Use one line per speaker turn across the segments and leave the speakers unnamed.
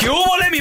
¿Qué hubo, mi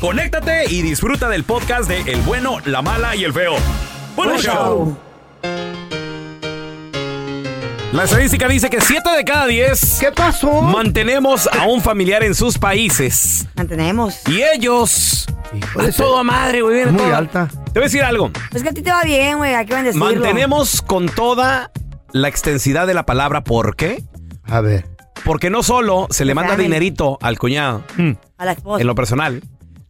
conéctate y disfruta del podcast de El bueno, la mala y el feo. Bueno, show. La estadística dice que 7 de cada 10
¿Qué pasó?
mantenemos a un familiar en sus países.
Mantenemos.
Y ellos.
puede
a toda madre, güey. vienen
Muy
toda-
alta.
Te voy a decir algo.
Pues que a ti te va bien, güey. Aquí van a decirlo.
Mantenemos con toda la extensidad de la palabra. ¿Por qué?
A ver.
Porque no solo se le manda
Examen.
dinerito al cuñado
Hmm.
en
A la esposa.
lo personal,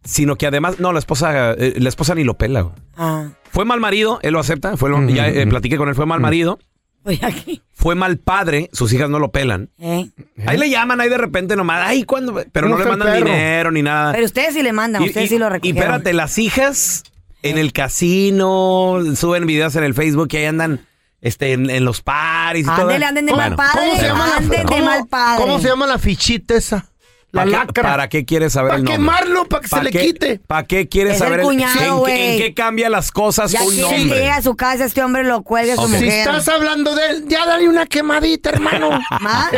sino que además. No, la esposa, eh, la esposa ni lo pela, güey.
Ah,
Fue mal marido, él lo acepta. Fue lo-
Hmm.
ya eh, platiqué con él, fue mal marido.
voy aquí.
Fue mal padre, sus hijas no lo pelan.
¿Eh?
Ahí le llaman, ahí de repente nomás, ay, ¿cuándo? Pero no
¿Cómo
le
está el
mandan
perro?
dinero ni nada.
Pero ustedes sí le mandan,
Y-
ustedes
y-
sí lo
Y
recogieron.
espérate, las hijas en el casino suben videos en el Facebook y ahí andan este, en, en los paris y todo.
Ándele, anden de mal
Bueno,
padre.
¿Cómo se llama la,
anden de
cómo-
mal padre.
cómo se llama la fichita esa? La
¿para qué-
lacra.
¿Para qué quieres saber
Para
el nombre?
quemarlo, para que se le
qué-
quite.
¿Para qué quieres
Es
saber
el cuñado,
en, qué-
güey.
en qué cambia las cosas
Ya
un
quieren que
nombre?
llegue a su casa este hombre lo cuelgue a su
Ok.
Si
mujer.
estás hablando de él, ya dale una quemadita, hermano.
¿Más?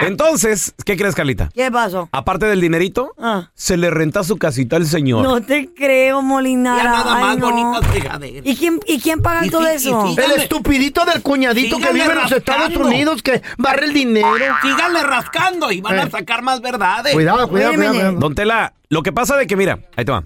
Entonces, ¿qué crees, Carlita?
¿Qué pasó?
Aparte del dinerito,
Ah.
se le renta su casita al señor.
No te creo, Molinara. Ay, no.
pegaderas.
¿Y quién, ¿Y quién paga
Y
Ah, todo
sí, y
eso?
sí.
el estupidito del cuñadito que
Síganle
vive en los
rascando.
Estados Unidos que barre el dinero.
Síganle rascando y van
Ah. Eh.
a sacar más verdades.
Cuidado, cuidado,
Espérame.
cuidado. cuidado.
Don Tela, lo que pasa de que, mira, ahí te va.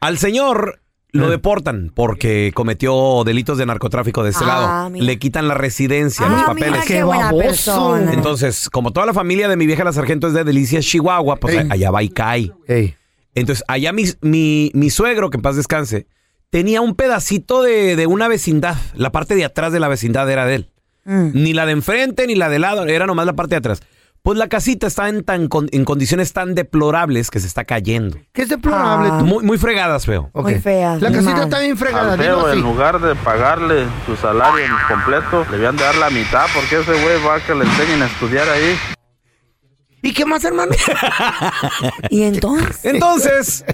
Al señor
Ah.
lo deportan porque cometió delitos de narcotráfico de este
Ah,
lado.
mira.
Le quitan la residencia, los
Ah, mira
papeles.
qué
Qué
buena
baboso.
persona.
Entonces, como toda la familia de mi vieja la sargento es de Delicias, Chihuahua, pues
Ey.
allá va y cae.
Ey.
Entonces, allá mi, mi, mi suegro, que en paz descanse, tenía un pedacito de, de una vecindad. La parte de atrás de la vecindad era de él.
Mm.
Ni la de enfrente, ni la de lado, era nomás la parte de atrás. Pues la casita está en, tan con- en condiciones tan deplorables que se está cayendo.
¿Qué es deplorable
Ah.
tú?
Muy, muy fregadas, feo.
Ok.
Muy fea,
La
muy
casita
mal.
está bien fregada,
Al
dilo
feo, en
así.
lugar de pagarle su salario en completo, le van a dar la mitad porque ese güey va a que le enseñen a estudiar ahí.
¿Y qué más, hermano?
¿Y entonces?
Entonces,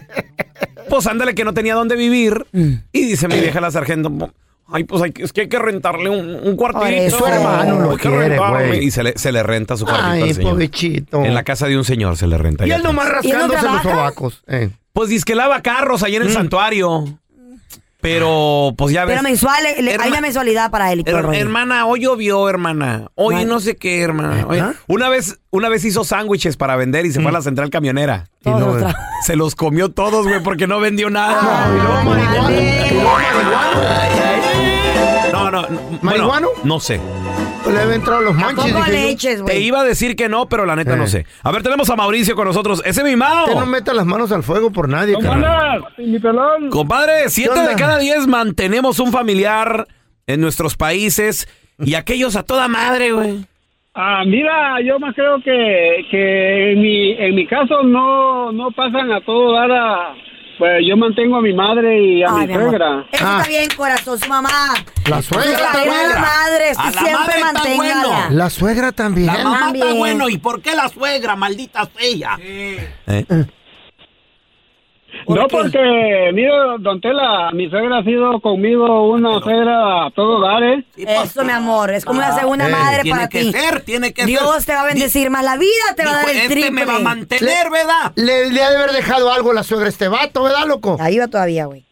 pues ándale que no tenía dónde vivir.
Mm.
Y dice mi vieja la sargento, ay, pues hay que- es que hay que rentarle un, un cuartito.
Por eso. Su hermano
lo
Hay que
quiere,
rentarle".
güey.
Y se le, se le renta su cuartito al
Ay,
señor.
pobrecito.
En la casa de un señor se le renta.
Y
ya
él nomás
atrás.
¿Y él no
rascándose los
trabaja?
sobacos. Eh.
Pues dice que lava carros allá en el
Mm.
santuario. Pero, pues ya ves.
Pero mensual, eh, le- le-
Herma-
hay una mensualidad para él y todo el
Her-
rollo.
hermana, hoy llovió, hermana. Hoy
Vale.
no sé qué, hermana. Hoy-
¿Ah?
una vez, una vez hizo sándwiches para vender y se fue a la central camionera.
Todos
Mm. Y no,
los
eh.
tra-
Se los comió todos, güey, porque no vendió nada.
Ah, vale.
No, no, no. bueno,
¿Marihuano?
no sé.
Pues Le deben entrado los manches.
poco
dije yo.
le eches,
Te
güey?
iba a decir que no, pero la neta no sé. A ver, tenemos a Mauricio con nosotros. ¡Ese es mi
Usted
Mao!
Eh. Este no meta las manos al fuego por nadie, carnal.
mi pelón.
Compadre, siete
onda?
de cada diez mantenemos un familiar en nuestros países y aquellos a toda madre, güey.
Ah, mira, yo más creo que, que en, mi, en mi caso no, no pasan a todo dar a... Pues yo mantengo a mi madre y a
Ay,
mi
mi amor.
suegra.
Eso
Ah.
está bien, corazón, su mamá.
La suegra
Su
también.
gran madre,
A
usted
la
siempre
madre está
manténgala.
bueno.
La suegra también.
La mamá está
También.
bueno, ¿y por qué la suegra, maldita sea? Eh.
No porque, mira, don Tela, mi suegra ha sido conmigo una suegra a todo dar, ¿eh?
Sí, pues,
Eso, mi amor, es como una segunda
eh,
madre
tiene
para
que
ti.
ser, tiene que
Dios
ser.
te va a bendecir más la vida, te va a
Dijo,
dar el
este
triple.
me va a mantener, ¿verdad?
Le, le ha de haber dejado algo la suegra a este vato, ¿verdad, loco?
Ahí va todavía, güey.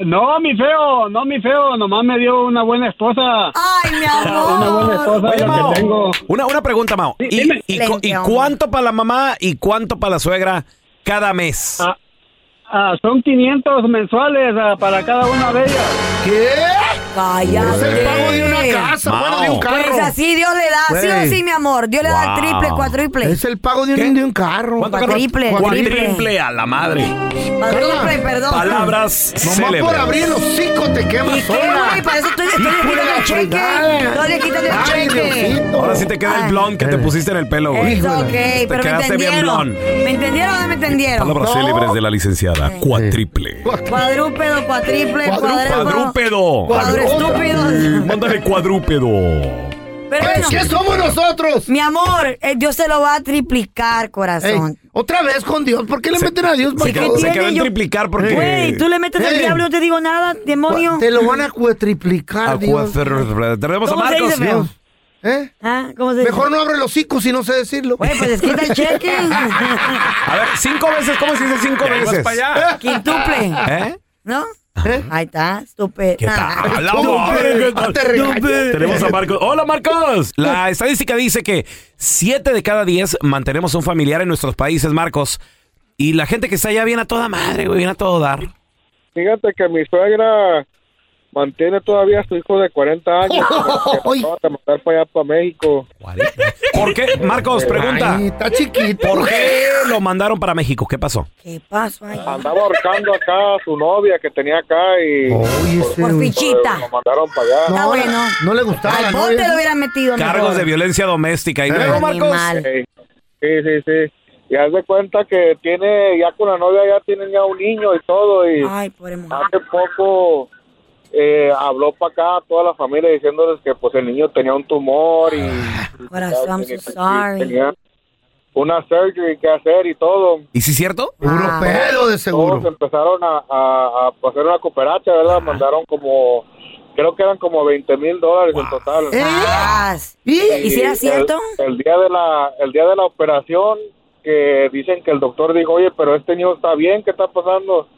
No, mi feo, no, mi feo, nomás me dio una buena esposa.
Ay, mi
Una buena
amor.
esposa
Oye,
es lo
Mao,
que tengo.
una, una pregunta, Mao.
Sí,
¿Y,
dime.
y cu- y
Lente, hombre.
cuánto para la mamá y cuánto para la suegra cada mes?
Ah. Ah, son 500 mensuales ah, para cada una de ellas.
¿Qué?
Cállate.
Es el pago de una casa,
Mao.
bueno, de un carro.
Pues así Dios le da, sí
Güey.
o sí, mi amor. Dios le da
Wow.
el triple, cuatriple.
Es el pago de
¿Qué?
un, de un carro.
¿Cuánto,
Carlos?
Cuatriple,
Cuatriple.
triple.
Cuatriple a la madre.
Cuatriple, perdón.
Palabras
Nomás por
célebres.
abrir el hocico te
¿Y
quemas
qué,
sola.
güey? Para eso tú, tú
Hijo
le quitas
de la
el cheque.
chingada.
No le quitas el
Ay,
cheque.
Diosito.
Ahora sí te queda
Ay.
el blond que te pusiste en el pelo, güey.
Es ok,
Te
pero me
quedaste bien
entendieron.
blond.
¿Me entendieron o no me entendieron?
Palabras
No.
célebres de la licenciada. Cuatriple.
Cuadrúpedo, cuatriple,
Cuadrúpedo.
cuadrúpedo.
Cuadrúpedo.
Cuadrúpedo.
Mándale cuadrúpedo.
Pero bueno, pues,
¿Qué Pues somos nosotros?
mi amor, eh, Dios se lo va a triplicar, corazón.
Ey, Otra vez con Dios. ¿Por qué le meten a Dios?
Se
para
quedó,
todo?
se
tiene?
quedó en
Yo-
triplicar porque.
Güey, tú le metes al
Ey.
diablo, no te digo nada, demonio.
Te lo van a ¿eh? cuatriplicar,
Ah,
Dios.
cuadru- Tenemos a
¿Cómo se
Marcos.
dice, feo?
¿Eh?
¿Ah? ¿Cómo se dice?
Mejor no abre los hocico si no sé decirlo.
Güey, pues les quita el cheque.
A ver, cinco veces. ¿Cómo se dice cinco
ahí vas
veces?
pa'
Quintuple.
¿Eh?
¿No? Ahí está, estúpido.
¿Qué tal?
Hombre, no te regañes.
Tenemos a Marcos. ¡Hola, Marcos! La estadística dice que 7 de cada 10 mantenemos un familiar en nuestros países, Marcos. Y la gente que está allá viene a toda madre, güey, viene a todo dar.
Fíjate que mi suegra mantiene todavía a su hijo de 40 años.
Oye,
a mandar para allá, para México.
¿Por qué? Marcos, pregunta.
ay, está chiquito.
¿Por qué lo mandaron para México? ¿Qué pasó?
¿Qué pasó ahí?
Andaba ahorcando acá a su novia que tenía acá y
Oye, ese-
Por fichita.
lo mandaron para allá.
Está
no,
Ah, bueno.
no le gustaba.
Al
la
bote
novia.
lo hubieran metido.
Cargos de violencia doméstica. Y luego, Marcos.
Animal.
Sí, sí, sí. sí. Y haz de cuenta que tiene, ya con la novia ya tienen ya un niño y todo. Y
Ay, pobre mujer.
hace poco eh, habló para acá a toda la familia diciéndoles que pues el niño tenía un tumor y,
Corazón, Ah. I'm so sorry.
tenía una surgery que hacer y todo.
¿Y si es cierto?
Puro
Ah.
pedo de
Todos
seguro.
empezaron a, a- a hacer una cooperacha, ¿verdad? Mandaron como, creo que eran como 20 mil dólares en total.
Sas.
¿Y?
¿Y si era cierto?
El, el día de la el día de la operación que dicen que el doctor dijo, "Oye, pero este niño está bien, ¿qué está pasando?"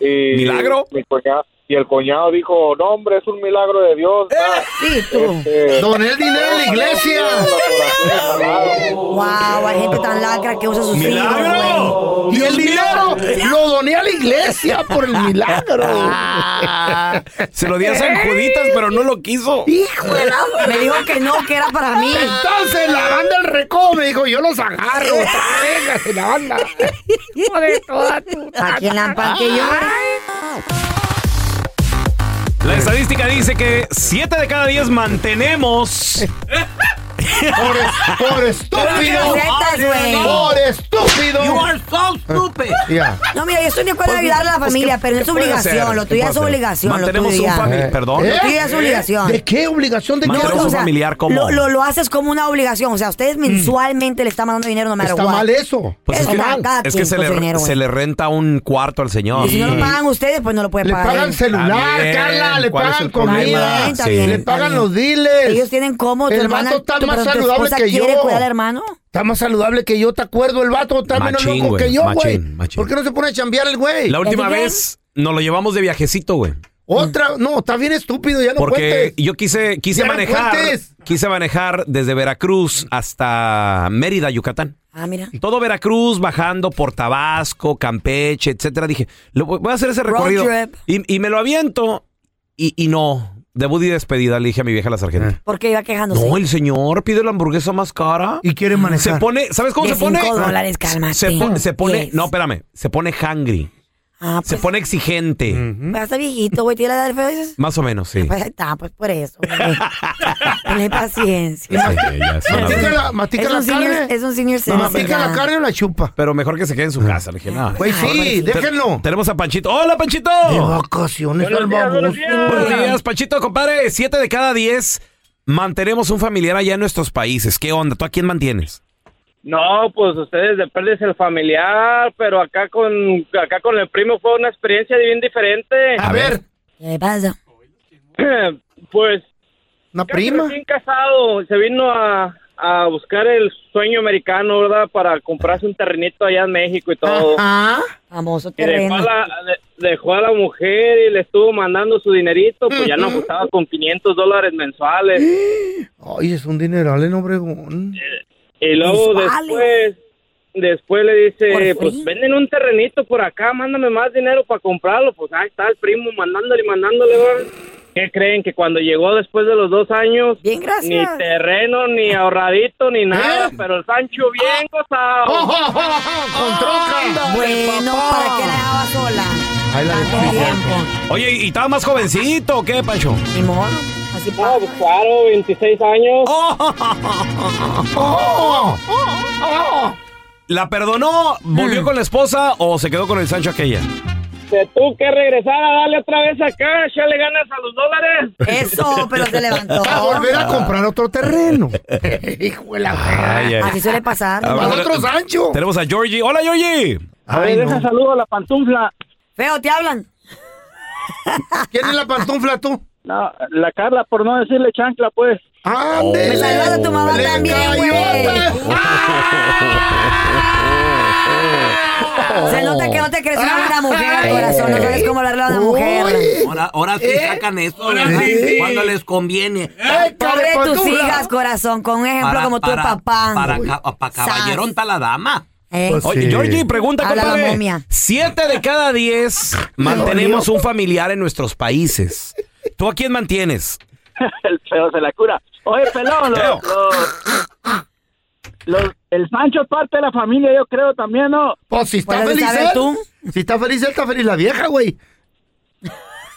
Y
¿Milagro?
mi cuña- y el cuñado dijo, "No, hombre, es un milagro de Dios." ¿verdad?
Sí, tú.
Este,
Doné el dinero a la iglesia.
la oración, ¿verdad?
Wow, hay gente tan lacra que usa sus hijos, güey.
¡Milagro!
Y el dinero lo doné a la iglesia por el milagro.
Ah. Se lo di a San Juditas, pero no lo quiso.
Hijo de la...
Me dijo que no, que era para mí.
Entonces la banda del recodo me dijo, yo los agarro. Véngase la banda.
¿A quién la pan que yo?
La estadística dice que 7 de cada 10 mantenemos.
Por, por estúpido.
Recetas, güey.
Por estúpido.
You are so stupid.
Ya.
No, mira, yo estoy de acuerdo en
Pues,
ayudar a la familia, pero no es obligación. Lo tuyo es obligación. Lo
Mantenemos
tuyo
un
ya.
familiar. Perdón.
¿Eh?
Lo tuyo es obligación.
¿De qué obligación? ¿De qué?
Mantenemos
o
un
sea,
familiar como-
Lo, lo, lo haces como una obligación. O sea, ustedes mensualmente le están mandando dinero no me
Mm. Está mal eso.
Pues es
Está
que,
mal, cada
es
quien
que se,
con
le,
su dinero, güey.
se le renta un cuarto al señor.
Y si no lo pagan ustedes, pues no lo pueden
Le
pagar.
pagan
ellos.
celular,
Está bien.
Carla, le
¿Cuál es
pagan
el problema?
comida,
Está bien,
le
está
pagan
bien.
los diles.
Ellos tienen cómo. tu
El
hermana-
vato está
tu-
más
pero tu
saludable
esposa
que yo.
quiere cuidar al hermano?
Está más saludable que yo, ¿te acuerdo? El vato está menos
Machín,
loco
güey,
que yo, güey.
machín, machín.
¿Por qué no se pone a chambear el güey?
La última
¿Ya
vez nos lo llevamos de viajecito, güey.
Otra, no, está bien estúpido, ya no
Porque
cuentes.
yo quise, quise
Ya no
manejar.
cuentes.
Quise manejar desde Veracruz hasta Mérida, Yucatán.
Ah, mira.
Todo Veracruz, bajando por Tabasco, Campeche, etcétera. Dije, lo voy voy a hacer ese recorrido.
trip.
Y, y me lo aviento y, y no. Debut y despedida, le dije a mi vieja la sargento.
Porque iba quejándose.
No, el señor pide la hamburguesa más cara.
Y quiere manejar.
Se pone, ¿sabes cómo
De
se pone?
cinco dólares, cálmate.
Se pone, se pone-
Yes.
no, espérame, se pone hungry,
Ah, pues,
se pone exigente,
pues, está viejito, güey, tira la del feo y dices,
más o menos, sí.
Pues ahí está, pues por eso. güey. Tenle
Sí,
paciencia.
ya es una
Mastica
vez.
la, mastica
Es
la
un, senior,
carne.
es un senior
mastica Pues la
citizen.
carne o la chupa.
Pero mejor que se quede en su casa, le dije, nada.
Güey, sí,
Te-
déjenlo.
Tenemos a Panchito. ¡Hola, Panchito!
De vacaciones, el baboso.
Buenos días, Panchito, compadre. Siete de cada diez mantenemos un familiar allá en nuestros países. ¿Qué onda? ¿Tú a quién mantienes?
No, pues ustedes de perdes el familiar, pero acá con acá con el primo fue una experiencia bien diferente. Eh,
A ver,
¿Qué le pasa?
Pues
una
casi
prima.
recién casado, se vino a, a buscar el sueño americano, ¿verdad? Para comprarse un terrenito allá en México y todo.
Ajá.
Famoso
Y dejó
terreno.
a, la, de- dejó a la mujer y le estuvo mandando su dinerito, pues ya no ajustaba con 500 dólares mensuales.
Ay, es un dineral en Obregón.
Eh, Y luego
Mensuales.
después, después le dice,
Pues Por
pues
frío.
venden un terrenito por acá, mándame más dinero para comprarlo. Pues ahí está el primo mandándole, mandándole. ¿verdad? ¿Qué creen? Que cuando llegó después de los dos años,
Bien,
ni
gracias.
terreno, ni ahorradito, ni nada,
¿Eh?
pero el Sancho bien gozado.
¡Oh, oh, oh, oh! ¡Con troca!
Bueno, ¿para qué la dejaba sola?
Ahí la
Tanto
dejó.
tiempo.
Oye, ¿y estaba más jovencito o qué, Pancho?
Ni modo. Así
No,
pasa. oh,
pues claro, 26 años.
¡Oh!
oh.
¿La perdonó?
Mm.
¿Volvió con la esposa o se quedó con el Sancho aquella?
Te tuvo que regresar a darle otra vez acá, ya le ganas a los dólares.
Eso, pero se levantó.
Para volver a comprar otro terreno. Hijo de la
Ay,
fea.
ay.
Así suele pasar.
A
Para
ver,
otro Sancho.
Tenemos a Georgie. ¡Hola, Georgie!
A ver,
Ay,
deja
no.
saludo a la pantufla.
Feo, ¿te hablan?
¿Quién es la pantufla tú?
No, la Carla, por no decirle chancla, pues.
¡Ande!
Me saludas a tu mamá
Le
también,
cayó,
güey.
pues. Oh.
Se nota que no te creció una buena mujer al corazón. No sabes cómo hablarle a una mujer.
Uy.
Ahora, ahora sí sacan eso, ¿verdad? Cuando les conviene.
¡Ay,
Pobre
cara
tus
pantufla!
hijas, corazón, con un ejemplo como tu
para-
papá.
Para, ca- pa' caballerón está la dama.
Eh,
Pues-
Oye,
Sí.
Georgie, pregunta,
Habla la
compadre.
momia.
Siete de cada diez mantenemos un familiar en nuestros países. ¿Tú a quién mantienes?
El feo se la cura. Oye, pelón,
Feo.
los, los- los- el Sancho es parte de la familia, yo creo también, ¿no?
Pues si está
Puedes
feliz
saber
él.
tú.
Si está feliz él, está feliz la vieja, güey.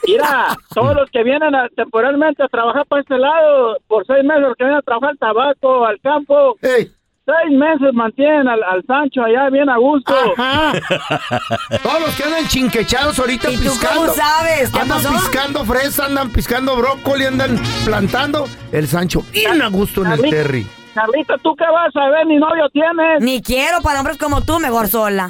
Mira, todos los que vienen a- temporalmente a trabajar para este lado, por seis meses, los que vienen a trabajar al tabaco, al campo,
Ey,
seis meses mantienen al, al Sancho allá bien a gusto.
ajá. Todos los que andan chinquechados ahorita
¿Y tú
piscando.
cómo sabes? ¿Qué
andan
pasó?
piscando fresa, andan piscando brócoli, andan plantando. El Sancho, bien a gusto en el
Carlita,
Terry.
Carlita, ¿tú qué vas a ver? Ni novio tienes.
Ni quiero para hombres como tú, mejor sola.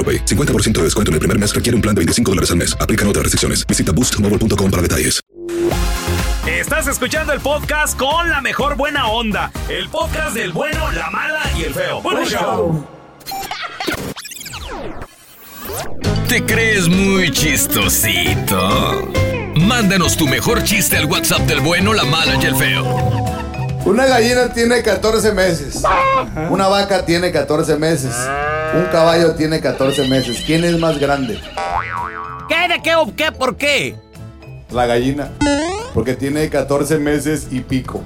50% de descuento en el primer mes requiere un plan de 25 dólares al mes. Aplican otras restricciones. Visita boostmobile.com para detalles.
Estás escuchando el podcast con la mejor buena onda. El podcast del bueno, la mala y el feo. Buen show.
¿Te crees muy chistosito? Mándanos tu mejor chiste al WhatsApp del bueno, la mala y el feo.
Una gallina tiene 14 meses. Una vaca tiene 14 meses. Un caballo tiene 14 meses. ¿Quién es más grande?
¿Qué? ¿De qué? ¿O qué? ¿Por qué?
La gallina. Porque tiene 14 meses y pico.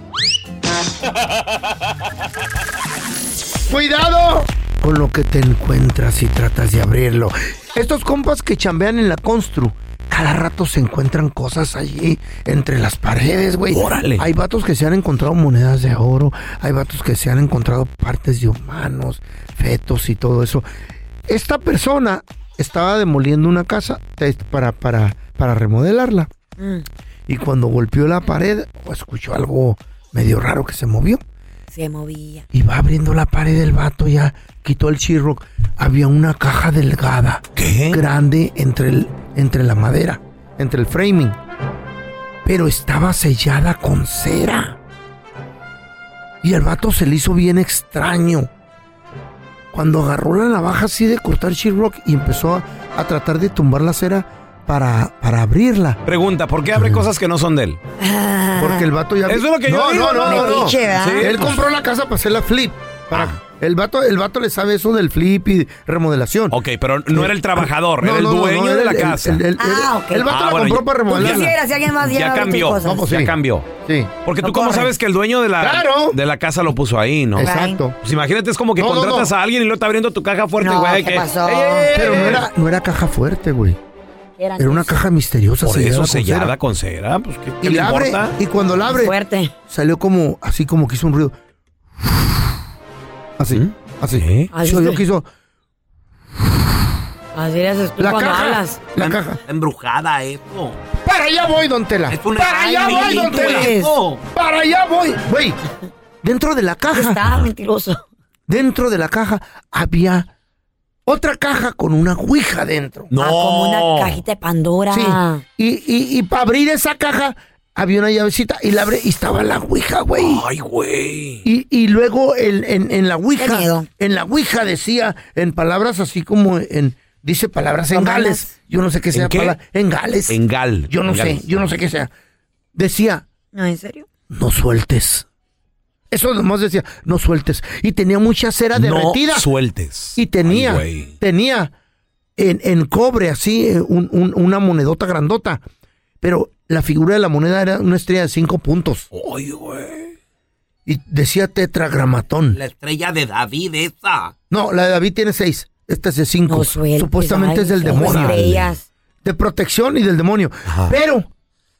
¡Cuidado! Con lo que te encuentras y tratas de abrirlo. Estos compas que chambean en la constru. Cada rato se encuentran cosas allí entre las paredes, güey.
Órale.
Hay vatos que se han encontrado monedas de oro, hay vatos que se han encontrado partes de humanos, fetos y todo eso. Esta persona estaba demoliendo una casa eh, para, para, para remodelarla.
Mm.
Y cuando golpeó la pared, escuchó algo medio raro que se movió.
Se movía.
Y va abriendo la pared del vato ya. Quitó el chirro. Había una caja delgada. Grande entre, el, entre la madera. Entre el framing. Pero estaba sellada con cera. Y el vato se le hizo bien extraño. Cuando agarró la navaja así de cortar chirroc y empezó a, a tratar de tumbar la cera para, para abrirla.
Pregunta, ¿por qué abre cosas que no son de él?
Mm. Porque el vato ya.
Eso es lo que yo
no,
digo,
No, no,
¿no?
no, no.
Metiche, ¿verdad? Sí, pues.
Él
Ah.
compró la casa para hacer la flip. Para- el, vato, el vato le sabe eso del flip y remodelación. Eh,
Ok, pero no era el trabajador, era el dueño de la casa.
El, el-
Ah, ok.
el vato
Ah,
la
bueno,
compró
ya-
para
Tú
remodelarla.
quisieras, si alguien más
Ya
lleva tus
cambió,
cosas.
pues,
ya
sí.
cambió.
Sí.
Porque tú
No
cómo
corre.
sabes que el dueño de la,
Claro.
de la casa lo puso ahí, ¿no?
Exacto.
Pues imagínate, es como que
No, no,
contratas
no.
a alguien y lo está abriendo tu caja fuerte,
No,
güey.
¿qué
que-
pasó?
Pero no era, no era caja fuerte, güey.
Eran
Era una caja misteriosa.
Por
sellada
eso
con
sellada
cera.
con cera, pues ¿qué, qué
Y
le
la abre,
importa?
y cuando la abre,
fuerte.
salió como, así como que hizo un ruido. Así, así.
¿Eh?
Así
Se oyó
se-
que hizo
Así eres tú
la
cuando
caja.
hablas.
La caja.
Está embrujada
eh.
esto.
Para allá voy, don Tela.
Es una-
Para allá
Ay,
voy, don
tú
Tela.
eres.
Para allá voy. Güey, dentro de la caja,
Está mentiroso.
dentro de la caja había otra caja con una ouija dentro.
Ah, como una cajita de Pandora.
Sí. Y, y, para abrir esa caja había una llavecita y la abre y estaba la ouija, güey.
Ay, güey.
Y, y luego el- en, en la ouija,
Qué miedo.
en la ouija decía, en palabras así como en, dice palabras en
¿Romanas?
gales. Yo no sé qué
¿En
sea.
qué?
pala- en gales.
En gal.
yo no
en
sé,
gal.
yo no sé qué sea. Decía,
No, ¿en serio?
no sueltes. Eso nomás decía, no sueltes. Y tenía mucha cera
No
derretida.
sueltes.
y tenía,
Ay, güey.
tenía en, en cobre así eh, un- un- una monedota grandota. Pero la figura de la moneda era una estrella de cinco puntos.
Oh.
Ay, güey.
Y decía tetragramatón.
La estrella de David esa.
No, la de David tiene seis. Esta es de cinco.
No sueltes.
Supuestamente
ay,
es del
cinco
demonio.
estrellas.
De protección y del demonio.
Ajá.
Pero,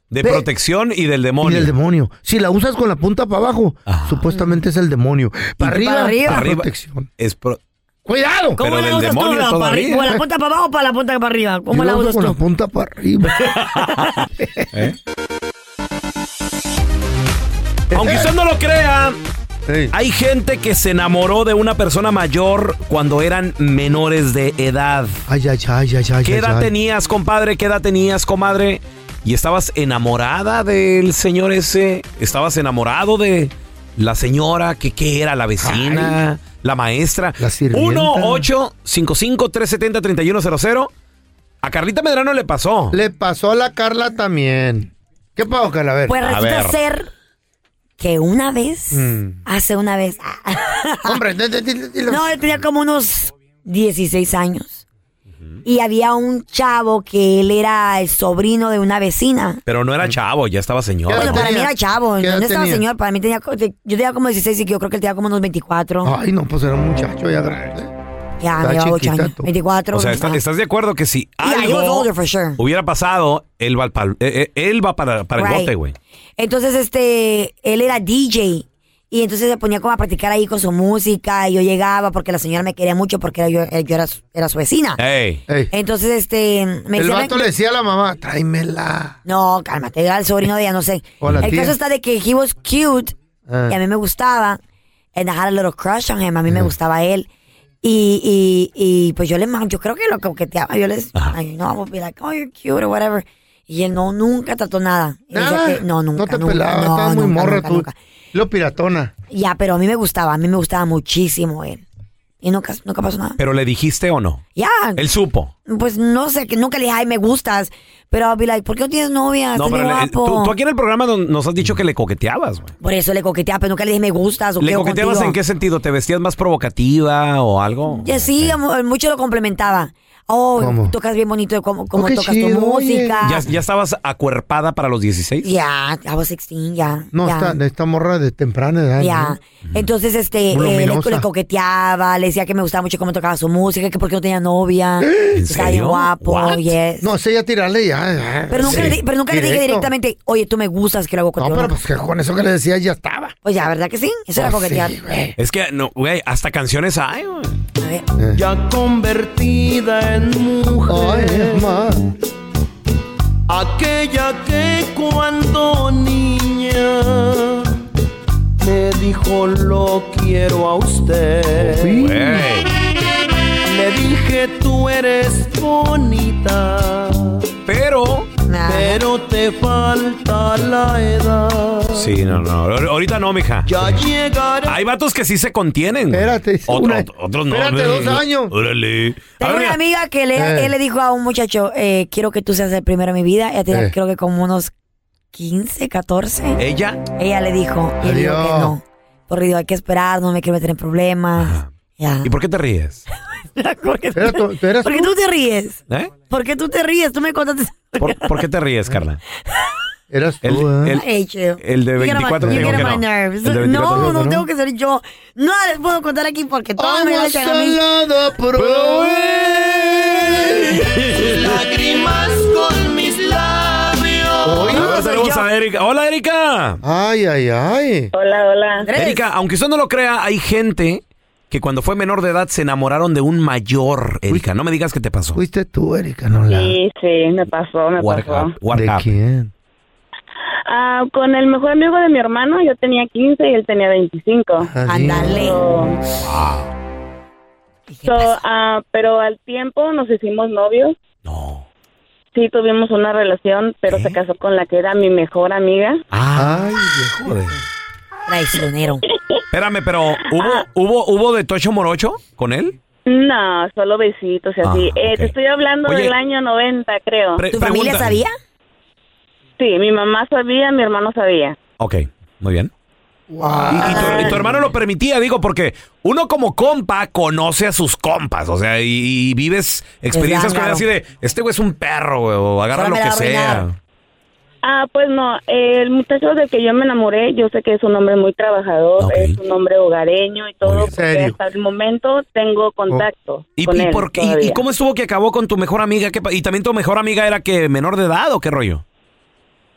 De
Ve-
protección y del
y
demonio.
del demonio. Si la usas con la punta para abajo,
Ajá.
supuestamente es el demonio. Para arriba,
para arriba.
la
Para arriba.
protección.
Es pro-
¡Cuidado!
Pero del demonio
la para
todavía.
arriba? ¿Con la punta para abajo o para la punta para arriba? ¿Cómo
Yo
la
lo uso
usas
con la
tú?
punta para arriba.
¿Eh? Aunque usted no lo crea,
Ey.
hay gente que se enamoró de una persona mayor cuando eran menores de edad.
Ay, ay, ay, ay, ay.
¿Qué
ay,
edad
ay.
tenías, compadre? ¿Qué edad tenías, comadre? Y estabas enamorada del señor ese. Estabas enamorado de la señora que qué era, la vecina, la maestra.
La sirvienta.
1-855-370-3100. A Carlita Medrano le pasó.
Le pasó a la Carla también. ¿Qué pasó, Carla? A ver.
Pues resulta
ver.
ser que una vez, hace una vez,
Hombre, di- Mm. di- di- dilo.
no, él tenía como unos 16 años. Y había un chavo que él era el sobrino de una vecina.
Pero no era chavo, ya estaba señora.
¿Qué
Bueno,
edad
¿no?
para mí
tenía?
era chavo.
¿Qué edad
¿Dónde estaba
tenía?
señor? Para mí tenía. co- Yo tenía como 16 y yo creo que él tenía como unos 24.
Ay, no, pues era un muchacho ya grande.
ya,
está
me llevaba 8
chiquita
años.
tú.
24.
O sea, está-
ah.
¿estás de acuerdo que si
Yeah, he was
algo
older for sure.
hubiera pasado, él va, al pal- eh, eh, él va para, para el
Right.
bote, güey?
Entonces, este, él era DJ. Y entonces se ponía como a practicar ahí con su música. Y yo llegaba porque la señora me quería mucho porque era yo, eh, yo era, su- era su vecina.
Ey.
Ey.
Entonces, este, me
El
decía,
vato
"Ven-
le decía a la mamá, tráemela.
No, cálmate, era el sobrino de ella, no sé.
O la
el
tía.
caso está de que he was cute
Ah.
y a mí me gustaba. And I had a little crush on him, a mí me gustaba él. Y, y, y pues yo le ma- yo creo que lo coqueteaba, yo les, ay, no, I would be like, oh, you're cute or whatever. Y él no, nunca trató nada. Él decía
Nada.
que- no, nunca,
No te
nunca,
pelaba,
no,
estabas muy
nunca,
morra
nunca,
tú.
nunca.
Lo piratona.
Ya, pero a mí me gustaba, a mí me gustaba muchísimo él. y nunca, nunca pasó nada.
¿Pero le dijiste o no?
Ya.
Él supo.
Pues no sé, que nunca le dije, ay, me gustas. Pero I'll be like, ¿por qué no tienes novia?
No,
Estás
pero
bien
le-
ah,
eh,
guapo.
tú, tú aquí en el programa don- nos has dicho que le coqueteabas, güey.
Por eso le coqueteaba, pero nunca le dije, me gustas. O
¿Le
quedo
coqueteabas
contigo.
en qué sentido? ¿Te vestías más provocativa o algo?
Ya sí, amor, mucho lo complementaba. Oh,
¿Cómo?
tocas bien bonito, como, como
Oh, qué
tocas
chido,
tu
oye.
música.
¿Ya, ya estabas acuerpada para los 16?
Ya, I was 16, ya.
No,
ya,
esta, esta morra de temprana edad.
Ya. Entonces, este, eh, le,
Voluminosa.
le coqueteaba, le decía que me gustaba mucho cómo tocaba su música, que porque no tenía novia. que Estaba bien
serio?
guapo,
What?
yes.
No, sé ya tirarle ya.
Pero nunca, le, di- pero nunca le dije
Directo.
directamente, oye, tú me gustas, que lo hago
No,
contigo.
pero pues que con eso que le decía ya estaba.
Pues ya, ¿verdad que sí? Eso era
Pues sí,
coquetear.
Es que, no, güey, hasta canciones hay, güey.
Ya convertida en mujer. aquella que cuando niña me dijo lo quiero a usted. Le dije tú eres bonita.
Pero.
Pero te falta la edad.
Sí, no, no. ahor- Ahorita no, mija.
Ya llegará.
Hay vatos que sí se contienen. Espérate. otros no.
espérate, dos
años.
Órale. A
Tengo
ver,
una
mira.
amiga que le,
Eh.
él le dijo a un muchacho, eh, quiero que tú seas el primero en mi vida. Ella tenía
Eh.
creo que como unos 15, 14.
¿Ella?
Ella le dijo, y él dijo que no. Porque dijo, hay que esperar, no me quiero meter en problemas. Ya.
¿Y por qué te ríes?
¿Por qué tú te ríes?
¿Eh?
¿Por qué tú te ríes? Tú me contaste.
¿Por, por qué te ríes, Carla?
Eras
tú, el, el-
Ay, chido.
el de
You get on my-
24
you
dijo
get
que
on my
no.
nerves.
El de 24
No,
dijo
no
que
tengo que ser yo. No les puedo contar aquí porque todo me
Agua
echan a mí.
salada
probé.
Lágrimas con mis labios.
A ver, Ah, tenemos a Erika. Hola, Erika.
Ay, ay, ay.
Hola, hola.
Erika, aunque usted no lo crea, hay gente que cuando fue menor de edad se enamoraron de un mayor. Erika, no me digas qué te pasó.
Fuiste tú, Erika, no la.
Sí, sí, me pasó, me
What
pasó.
hap- what hap-
¿Quién?
Ah, con el mejor amigo de mi hermano, yo tenía 15 y él tenía 25.
Ándale.
So- so,
pues,
ah, pero al tiempo nos hicimos novios. No. Sí, tuvimos una relación, pero se casó con la que era mi mejor amiga.
Ay, viejo de-
Traicionero.
Espérame, pero ¿hubo, hubo, hubo de Tocho Morocho con él?
No, solo besitos y así.
Ah,
Eh,
ok.
Te estoy hablando
Oye.
del año 90, creo.
Pre- ¿Tu familia pregunta. sabía?
Sí, mi mamá sabía, mi hermano sabía.
Ok, muy bien. Y, y tu, y tu hermano lo permitía, digo, porque uno como compa conoce a sus compas, o sea, y, y vives experiencias con
Claro.
él así de, este güey es un perro, güey, o agarra
Solo
lo
me
que
la va a
sea.
arruinar. Ah, pues no, el muchacho del que yo me enamoré, yo sé que es un hombre muy trabajador, es un hombre hogareño y todo, porque
Serio.
hasta el momento tengo contacto
¿Y,
con
y
él
por qué- y- y
todavía.
cómo estuvo que acabó con tu mejor amiga? ¿Qué pa- ¿Y también tu mejor amiga era que menor de edad o qué rollo?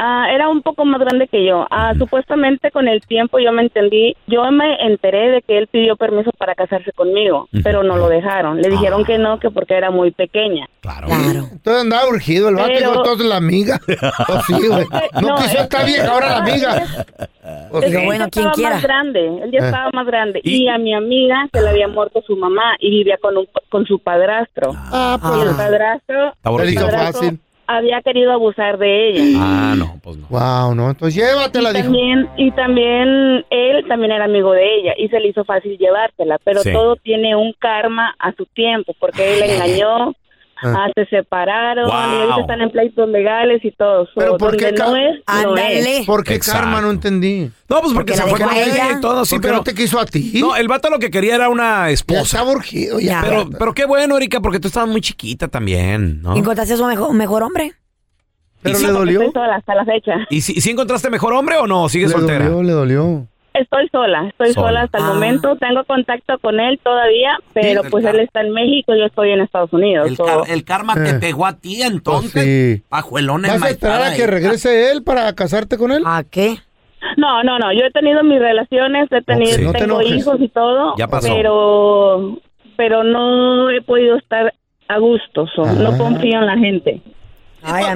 Ah, era un poco más grande que yo. Ah, Supuestamente con el tiempo yo me entendí, yo me enteré de que él pidió permiso para casarse conmigo, pero no lo dejaron.
Ah.
Le dijeron que no, que porque era muy pequeña.
Entonces andaba urgido el vato y
Pero-
no todos la amiga. Pues sí, güey. No,
No,
quiso
es-
estar vieja, ahora la amiga. Pues
Él
sí.
ya estaba más grande, él ya
Eh.
estaba más grande. Y, a mi amiga se le había muerto su mamá y vivía con, un, con su padrastro.
Ah,
Y el padrastro,
Está aburrido.
el
Hizo
padrastro
fácil.
había querido abusar de ella.
Ah, no, pues no.
Wow, no, entonces llévatela,
y,
dijo.
también, y también él también era amigo de ella y se le hizo fácil llevártela, pero
Sí.
todo tiene un karma a su tiempo porque él la engañó.
Ah.
ah, se separaron
Wow.
y ahorita están en pleitos legales y todo. So,
Pero ¿por qué,
donde no
ca-
es, no es.
¿Por qué karma? No entendí.
No, pues porque, se fue con ella y todo, sí,
Porque
pero...
no te quiso a ti.
No, el vato lo que quería era una esposa.
urgido, ya.
Pero, pero qué bueno, Erika, porque tú estabas muy chiquita también, ¿no?
Y encontraste a su mejor, mejor hombre.
¿Pero le dolió?
Estoy sola hasta la fecha.
¿Y si, si encontraste mejor hombre o no? ¿Sigues
Le
soltera?
dolió, le dolió.
Estoy sola, estoy
Sola.
sola, hasta el
Ah.
momento. Tengo contacto con él todavía, pero pues él está en México y yo estoy en Estados Unidos.
El,
so-
car- el karma te
Eh.
pegó a ti entonces.
Pues Sí.
Pajuelón
¿Vas a esperar a que regrese él para casarte con él?
¿A qué?
Ah. No, no, no. Yo he tenido mis relaciones, he tenido,
Ok. No te
tengo
enojes.
hijos y todo,
Ya pasó.
pero pero no he podido estar a gusto. so,
Ah.
No confío en la gente.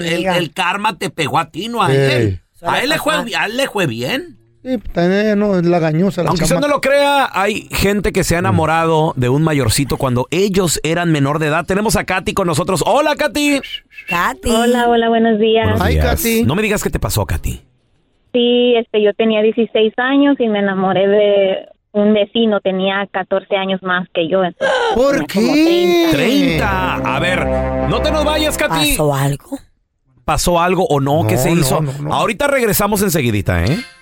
el, el karma te pegó a ti, no a él. A él, le fue, a él le fue bien.
Sí, también ella no, es la gañosa. La
Aunque usted
chamaca.
no lo crea, hay gente que se ha enamorado de un mayorcito cuando ellos eran menor de edad. Tenemos a Katy con nosotros. Hola, Katy.
Katy.
Hola, hola, buenos días.
Buenos días. No me digas qué te pasó, Katy.
Sí, este, yo tenía 16 años y me enamoré de
un vecino tenía 14 años más que yo. entonces tenía como
30. A ver, no te nos vayas, Katy.
¿Pasó algo?
¿Pasó algo o no? ¿Qué
No,
se
no,
hizo?
no, no.
Ahorita regresamos enseguidita, ¿eh?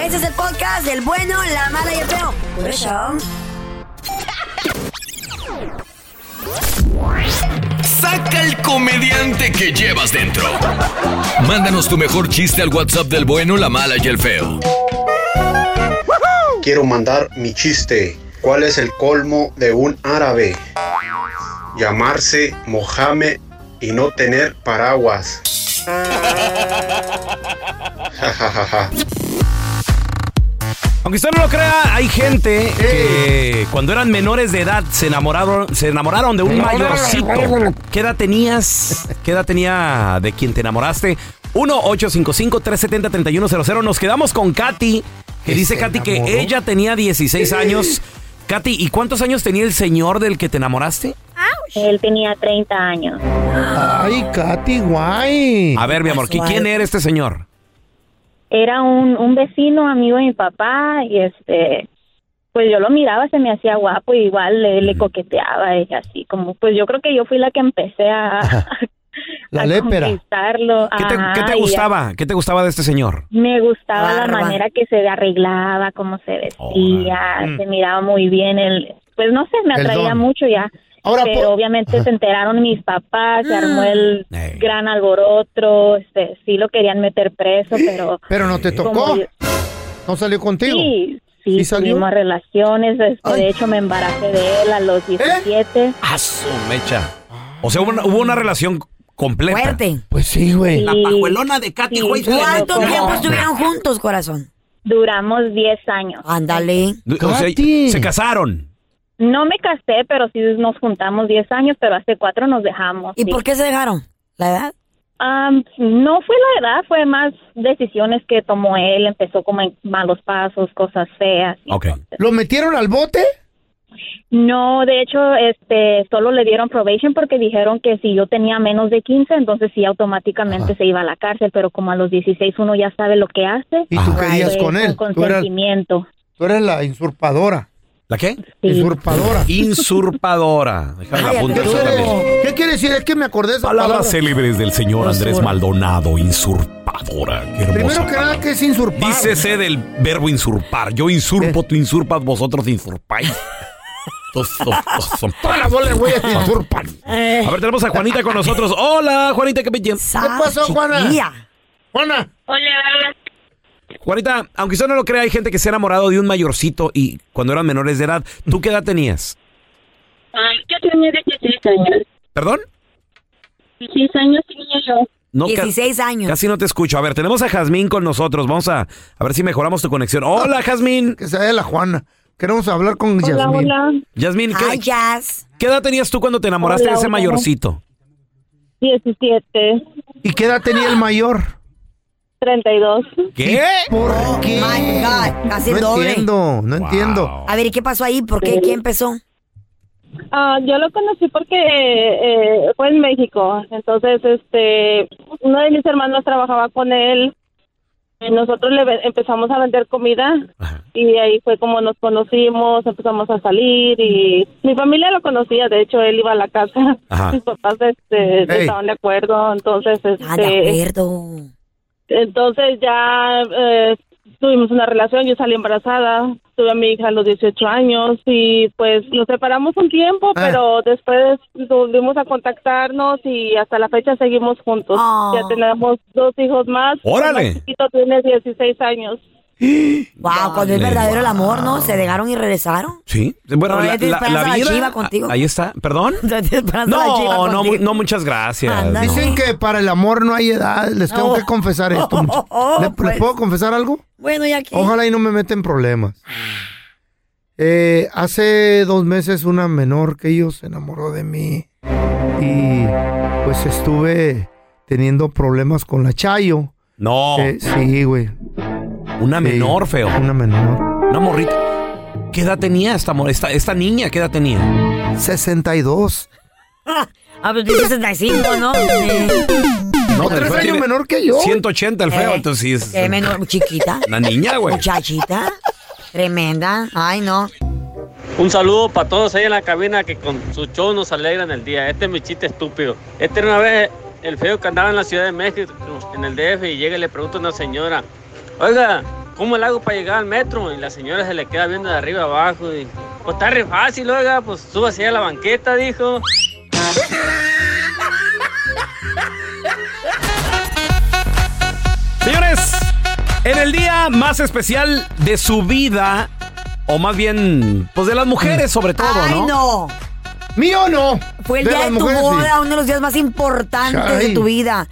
Este es el podcast del bueno, la mala y el feo. Por eso.
Saca el comediante que llevas dentro. Mándanos tu mejor chiste al WhatsApp del bueno, la mala y el feo.
Quiero mandar mi chiste. ¿Cuál es el colmo de un árabe? Llamarse Mohamed y no tener paraguas. Ja, ja, ja, ja.
Aunque usted no lo crea, hay gente que cuando eran menores de edad se enamoraron, se enamoraron de un mayorcito. ¿Qué edad tenías? ¿Qué edad tenía de quien te enamoraste? 1-855-370-3100. Nos quedamos con Katy, que
¿Que
dice
se
Katy que
enamoró?
ella tenía 16
Eh.
años. Katy, ¿y cuántos años tenía el señor del que te enamoraste?
Él tenía 30 años.
Ah.
Ay, Katy, guay.
A ver, mi amor, ¿qui- ¿quién era este señor?
Era un, un vecino amigo de mi papá y este, pues yo lo miraba, se me hacía guapo y igual le,
Mm.
le coqueteaba y así como, pues yo creo que yo fui la que empecé a,
La
a conquistarlo.
¿Qué te,
Ajá,
qué te
y
gustaba? ¿Qué te gustaba de este señor?
Me gustaba la manera que se arreglaba, cómo se vestía,
Órale.
se miraba muy bien el, pues no sé, me
El
atraía
don.
mucho ya.
Ahora,
pero
po-
obviamente se enteraron mis papás, se
Mm.
armó el gran alboroto, este, sí lo querían meter preso, pero
Pero no te
como
tocó.
yo-
No salió contigo.
sí,
¿Y
sí,
salió?
tuvimos relaciones, este, de hecho me embaracé de él a los 17.
¿Eh?
¡Ah, su mecha! O sea, hubo una, hubo una relación completa.
Fuerte.
Pues sí, güey.
La
pajuelona
de
Katy,
güey. ¿Cuánto tiempo estuvieron juntos, corazón?
Duramos 10 años.
Ándale.
O sea, se casaron.
No me casé, pero sí nos juntamos 10 años, pero hace 4 nos dejamos.
¿Y por qué se dejaron? ¿La edad?
Am, no fue la edad, fue más decisiones que tomó él. Empezó como en malos pasos, cosas feas.
¿Lo metieron al bote?
No, de hecho, este, solo le dieron probation porque dijeron que si yo tenía menos de 15, entonces sí, automáticamente se iba a la cárcel. Pero como a los 16 uno ya sabe lo que hace. Pues,
¿Y tú querías
fue
con él? Tú eras-
consentimiento.
Tú eres la usurpadora.
¿La qué?
Usurpadora.
Insurpadora. Déjame la punta.
¿Qué quiere- ¿Qué quiere decir? Es que me acordé de esa palabra.
Palabras célebres del señor Andrés
Basura.
Maldonado, insurpadora. Qué
Primero
hermosa.
que nada, ¿qué es insurpar?
Dícese del verbo insurpar. Yo insurpo, tú insurpas, vosotros insurpáis. Tos, tos, tos, tos.
Toda la bola de güeyes te insurpan.
A ver, tenemos a Juanita con nosotros. Hola, Juanita, qué belleza.
Eh. ¿Qué pasó, Juana? Juana.
Hola.
Juanita, aunque usted no lo crea, hay gente que se ha enamorado de un mayorcito y cuando eran menores de edad. ¿Tú qué edad tenías?
Ah, yo tenía 16 años.
¿Perdón?
16 años tenía yo.
ca- Casi no te escucho. A ver, tenemos a Jazmín con nosotros. Vamos a, a ver si mejoramos tu conexión. Hola, Jazmín.
Que se vaya la Juana. Queremos hablar con
Hola,
Yasmín.
hola. Jazmín, ¿qué,
Ay, Jazz.
qué edad tenías tú cuando te enamoraste
Hola,
de ese
hola.
mayorcito?
17.
¿Y qué edad tenía el mayor?
32.
¿Qué?
¿Por qué?
Oh My God, casi el
no
doble.
entiendo, no entiendo.
A ver, ¿y qué pasó ahí? ¿Por qué? ¿Quién empezó?
Ah, yo lo conocí porque eh, fue en México. Entonces, este, uno de mis hermanos trabajaba con él. Y Nosotros le ve- empezamos a vender comida y ahí fue como nos conocimos, empezamos a salir y mi familia lo conocía, de hecho él iba a la casa,
Ajá.
mis papás este,
Ey.
estaban de acuerdo, entonces este,
Ah, de acuerdo.
entonces ya eh, tuvimos una relación, yo salí embarazada, tuve a mi hija a los 18 años y pues nos separamos un tiempo, pero después volvimos a contactarnos y hasta la fecha seguimos juntos.
Ah.
Ya tenemos dos hijos más.
¡Órale!
El más chiquito tiene 16 años.
Wow, cuando es verdadero el amor, ¿no? Se dejaron y regresaron.
Sí. Bueno,
Ahora
la,
ya tienes
la- la
esperanza la
vida-
chiva contigo.
Ahí está. ¿Perdón?
esperanza la chiva
No, no,
contigo.
no, muchas gracias. no.
Dicen que para el amor no hay edad. Les tengo
Oh.
que confesar esto.
Oh,
muchachos.
oh,
¿Le- ¿Les,
pues.
puedo confesar algo?
Bueno, ya Ah. que.
Ojalá y no me meten problemas. Eh, hace dos meses una menor que yo se enamoró de mí y pues estuve teniendo problemas con la Chayo.
No.
Eh, sí, güey.
Una
Sí,
menor, feo.
Una menor.
Una morrita. ¿Qué edad tenía esta, mor- esta, esta niña? ¿Qué edad tenía?
62.
Ah, pero tienes 65, ¿no?
No,
el
tres
feo
años
tiene
menor que yo.
180 el feo,
Eh,
entonces sí es
Qué menor, chiquita.
una niña, güey.
Muchachita. Tremenda. Ay, no.
Un saludo para todos ahí en la cabina que con su show nos alegran el día. Este es mi chiste estúpido. Este era una vez el feo que andaba en la Ciudad de México, en el DF, y llega y le pregunta a una señora, oiga, ¿cómo le hago para llegar al metro? Y la señora se le queda viendo de arriba abajo y, pues está re fácil, oiga, pues súbase a la banqueta, dijo.
Señores, en el día más especial de su vida, o más bien, pues de las mujeres sobre todo,
Mm. Ay,
¿no?
no.
Mío no.
Fue el
De
día
las
de tu
mujeres, sí.
boda, uno de los días más importantes
Ay.
de tu vida.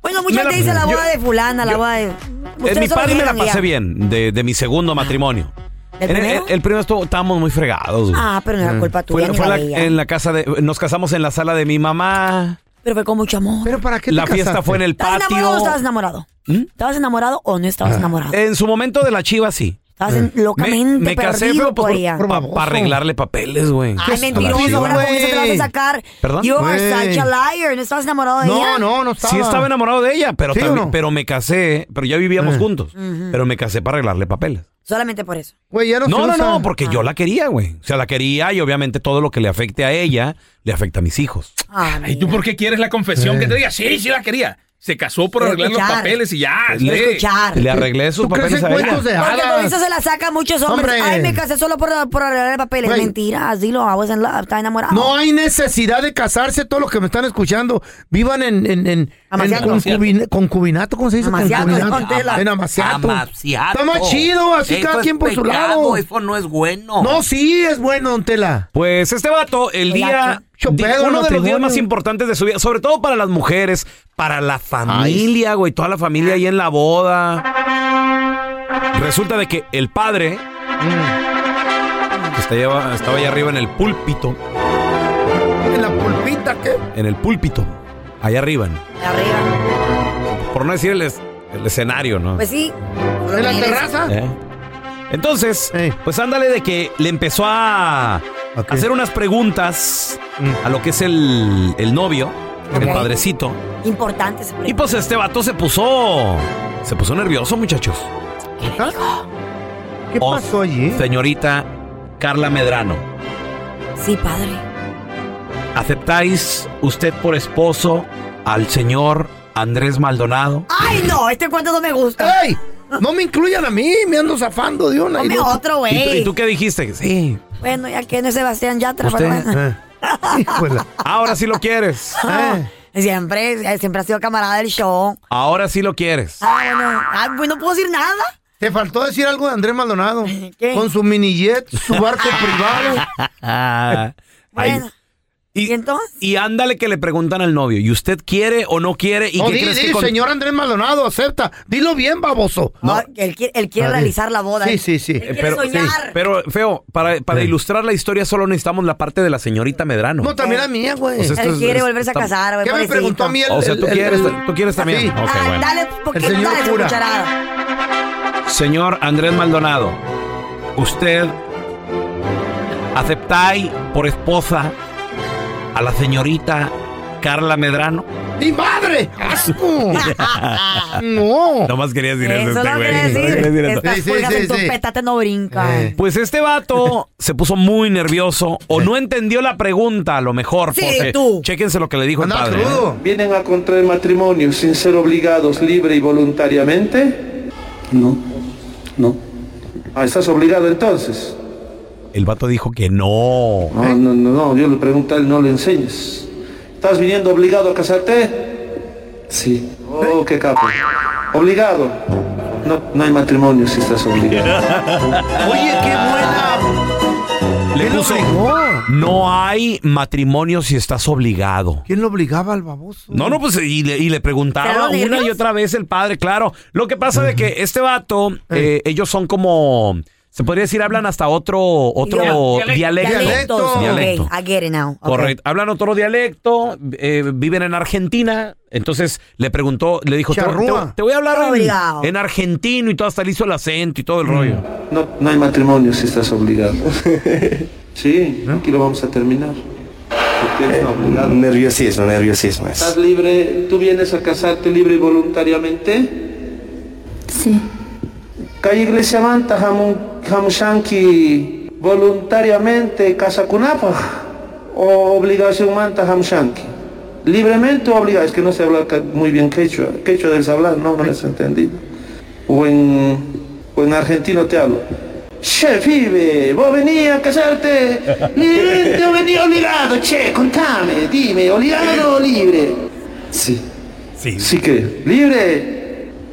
Bueno, mucha
Me la-
gente dice la
yo-
boda de fulana, la
yo-
boda de.
En Eh, mi
Ustedes solo
padre me la
vieron y ya.
pasé bien, de, de mi segundo matrimonio.
¿El
En
Ah. primero?
el primero estuvo- estábamos muy fregados. güey.
Ah, pero no era
Mm.
culpa tuya
Fue,
ni
fue
la
la-
de ella.
en la casa de. Nos casamos en la sala de mi mamá.
Pero fue con mucho amor.
¿Pero para qué
La fiesta fue en el
¿Estabas enamorado o
patio.
estabas enamorado? ¿Mm? ¿Estabas enamorado o no
Ah.
estabas enamorado?
En su momento de la chiva, sí.
Estabas en- locamente
me, me casé,
perdido
pero
Mm. por ella.
para arreglarle papeles, güey.
Ay, mentiroso, ahora con eso te la vas a sacar.
¿Perdón?
You are
Güey.
such a liar. ¿No estabas enamorado de ella?
Sí estaba enamorado de ella,
Ah.
pero,
¿Sí o
también-
no? Mm.
pero me casé, pero ya vivíamos juntos.
Ujú.
Pero me casé para arreglarle papeles.
Solamente por eso.
Güey, ya
No, no, no,
ah.
porque yo la quería, güey. O sea, la quería y obviamente todo lo que le afecte a ella, le afecta a mis hijos.
Ah,
¿Y tú por qué quieres la confesión que te diga? Sí, sí la quería. Se casó por
Quiero
arreglar los
escuchar.
papeles y ya.
Le-
sí.
Le arreglé sus papeles a ella.
Porque por eso se la saca a muchos hombres.
Hombre.
Ay, me casé solo por, por arreglar papeles. Mentira, dilo, I was in love, estaba enamorado.
No hay necesidad de casarse, todos los que me están escuchando. Vivan en, en, en, en
Amaciato.
concubin- concubinato, ¿cómo se dice?
Amaciato,
Concubinato.
don Tela.
En amaciato.
Amaciato.
Está más chido, así
Eso
cada
es
quien por su
pecado,
lado.
eso no es bueno.
No, sí, es bueno, don Tela.
Pues este vato, el
Oye,
día,
qué
di- uno
pedo,
de los
matrimonio.
días más importantes de su vida, sobre todo para las mujeres, para la familia, güey, toda la familia ahí en la boda. Resulta de que el padre, que estaba, estaba allá arriba en el púlpito,
¿En la pulpita qué?
en el púlpito, allá arriba, ¿no? por no decir el, es- el escenario, ¿no?
Pues sí.
¿En la terraza?
¿Eh? Entonces, pues ándale de que le empezó a hacer unas preguntas
Mm.
a lo que es el, el novio, el
Ok.
padrecito.
Importante ese
Y pues este vato se puso. Se puso nervioso, muchachos.
¿Ah?
Oh,
¿Qué pasó allí?
Señorita Carla Medrano,
Sí, padre.
¿aceptáis usted por esposo al señor Andrés Maldonado?
Ay, no, este cuento no me gusta.
¡Ey! No me incluyan a mí, me ando zafando de una. y
Dame
de otra.
otro,
¿Y tú, y
güey.
tú qué dijiste? Sí.
Bueno, ya que no es Sebastián Yatra,
Usted,
pero Ah, bueno.
Eh.
Ah.
Ahora sí lo quieres.
eh. Siempre, siempre ha sido camarada del show.
Ahora sí lo quieres.
Ah, bueno. Ah, pues no puedo decir nada.
Te faltó decir algo de Andrés Maldonado.
¿Qué?
Con su mini jet, su barco privado.
Ah, ay, Y, y ándale que le preguntan al novio, ¿y usted quiere o no quiere? ¿Y
No,
qué
di,
crees
di,
que con-
señor Andrés Maldonado, acepta. Dilo bien, baboso.
Ah, él quiere, él quiere
Ah,
realizar la boda.
Sí,
él-
sí, sí.
Él quiere soñar.
Pero, feo, para, para ilustrar la historia solo necesitamos la parte de la señorita Medrano.
No, también la mía, güey.
O sea, esto
Pues, él
es-
quiere
es-
volverse a
está-
casar, güey.
¿Qué me
pobrecito.
preguntó a mí el-
o sea,
el-
tú
el-
quieres, tú quieres también.
Sí.
Ok,
Ah,
bueno.
Dale, poquito,
señor
dale su
cura.
cucharada.
Señor Andrés Maldonado, usted aceptáis por esposa a la señorita Carla Medrano.
¡Mi madre! ¡Asco! no.
Nomás querías decir eso,
Eso
este
no
güey.
quiere decir.
Nomás querías decir eso.
Estas pulgas en tu pétate no brincan.
Eh.
Pues este vato se puso muy nervioso o
Eh.
no entendió la pregunta a lo mejor.
Sí,
porque
tú.
Chéquense lo que le dijo el padre. ¿eh?
¿Vienen a contraer matrimonio sin ser obligados libre y voluntariamente? No, no. Ah, ¿estás obligado entonces?
El vato dijo que no.
No, no, no, no, yo le pregunté a él, no le enseñes. ¿Estás viniendo obligado a casarte? Sí. Oh, qué capo. ¿Obligado? No, no hay matrimonio si estás obligado.
Oye, qué buena.
Le puso, no hay matrimonio si estás obligado.
¿Quién lo obligaba al baboso?
No, no, pues y le, y le preguntaba
¿Pero
una y
nervios?
otra vez el padre, claro. Lo que pasa es que este vato, eh, ellos son como, se podría decir, hablan hasta otro, otro
Dialectos.
dialecto.
Dialectos.
Dialecto.
Ok, I get it now. Ok.
Correcto. Hablan otro dialecto, eh, viven en Argentina. Entonces le preguntó, le dijo, te,
Charrúa.
te- te voy a hablar
Obligado.
en, en argentino y todo, hasta le hizo el acento y
Mm.
todo el rollo.
No, no hay matrimonio si estás obligado. Sí, aquí lo vamos a terminar. Porque es obligado.
Nerviosismo, nerviosismo
¿Estás libre? ¿Tú vienes a casarte libre y voluntariamente? Sí. Calle Iglesia Manta, Hamu- Hamushanki, voluntariamente, Casa Kunapa, o obligación Manta, Hamushanki. Libremente o obligado, es que no se habla ca- muy bien quechua, quechua debes hablar, no, no les he entendido. O en, o en argentino te hablo. Che, pibe, vos venías a casarte libremente o venías obligado, che, contame, dime, obligado o libre. Sí. Sí. Sí que, libre.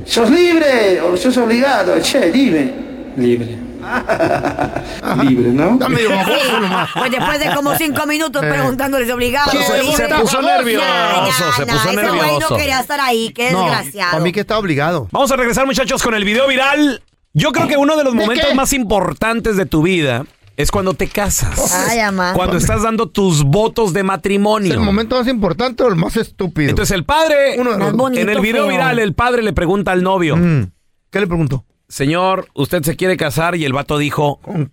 ¿Sos libre o sos obligado? Che, dime. Libre. libre, ¿no?
Dame
Pues después de como cinco minutos
Eh.
preguntándoles obligados.
Sí, se-
libre.
se puso
Ya,
nervioso,
ya,
se
ya,
puso
ese güey
nervioso.
no quería estar ahí, qué
No,
desgraciado.
que está obligado. Ah.
Vamos a regresar, muchachos, con el video viral. Yo creo que uno de los momentos más importantes de tu vida es cuando te casas.
Ay, amá.
Cuando estás dando tus votos de matrimonio.
Es el momento más importante o el más estúpido.
Entonces el padre,
Uno de los
en
dos. Mm.
el video viral, el padre le pregunta al novio.
¿Qué le preguntó?
Señor, ¿usted se quiere casar? Y el vato dijo, no.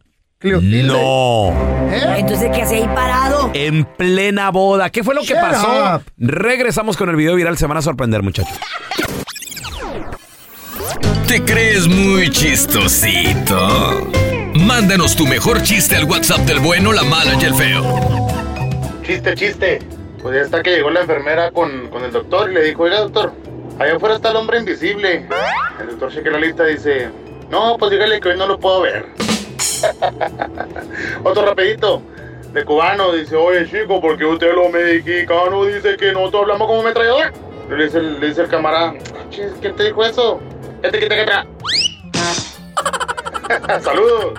¿Eh? Entonces, ¿qué hace ahí parado?
En plena boda. ¿Qué fue lo que
Shut
pasó?
up.
Regresamos con el video viral. Se van a sorprender, muchachos.
¿Te crees muy chistosito? Mándanos tu mejor chiste al WhatsApp del bueno, la mala y el feo.
Chiste, chiste. Pues ya está que llegó la enfermera con, con el doctor y le dijo, oiga doctor, allá afuera está el hombre invisible. El doctor cheque la lista y dice, no, pues dígale que hoy no lo puedo ver. Otro rapidito, de cubano, dice, oye chico, porque usted lo mexicano dice que nosotros hablamos como metrallador. Le dice, el- le dice el camarada, "Chis, ¿quién te dijo eso? Este que te Saludos.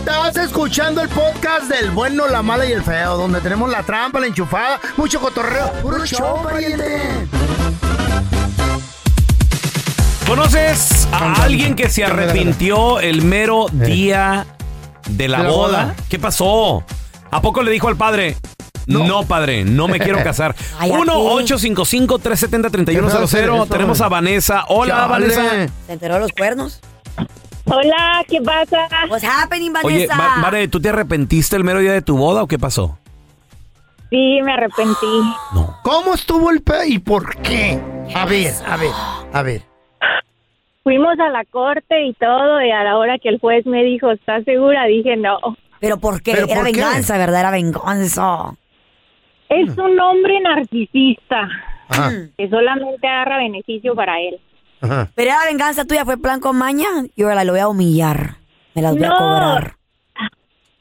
Estás escuchando el podcast del bueno, la mala y el feo, donde tenemos la trampa, la enchufada, mucho cotorreo. ¡Puro show, pariente!
¿Conoces a alguien que se arrepintió el mero día de la,
¿De la
boda?
boda?
¿Qué pasó? ¿A poco le dijo al padre? No, padre, no me quiero casar.
Ay, ¿a
1-855-370-3100.
Qué feo es eso,
Tenemos a Vanessa. Hola,
Chale.
Vanessa.
¿Se enteró de los cuernos? Hola, ¿qué pasa? What's happening,
Oye,
Vanessa?
Va- Vane, ¿tú te arrepentiste el mero día de tu boda o qué pasó?
Sí, me arrepentí. ¿Cómo estuvo el pe y por qué? A ver, a ver, a ver.
Fuimos a la corte y todo, y a la hora que el juez me dijo, ¿estás segura? Dije, no.
¿Pero por qué? Era venganza, ¿verdad? Era venganza.
Es un hombre narcisista
Ajá.
que solamente agarra beneficio para él.
Pero era venganza tuya, fue plan con maña. Yo la lo voy a humillar. Me las voy a
No.
cobrar.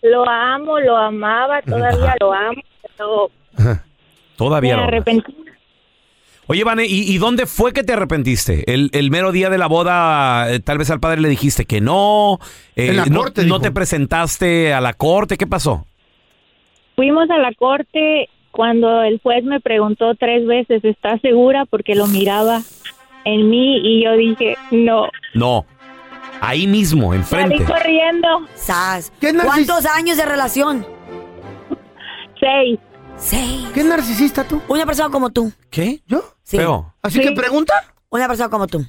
Lo amo, lo amaba, todavía lo amo, pero me
Todavía no.
arrepentí.
Oye, Vane, ¿y, y dónde fue que te arrepentiste? El, el mero día de la boda, eh, tal vez al padre le dijiste que no. eh,
En la
no-
corte,
no
dijo.
te presentaste a la corte. ¿Qué pasó?
Fuimos a la corte cuando el juez me preguntó tres veces, ¿estás segura? Porque lo miraba en mí y yo dije, no.
No. Ahí mismo, enfrente.
Salí corriendo.
Sas. ¿Cuántos años de relación?
Seis.
Seis.
¿Qué narcisista tú?
Una persona como tú.
¿Qué?
¿Yo?
Sí.
Feo.
¿Así que pregunta?
Una persona como tú.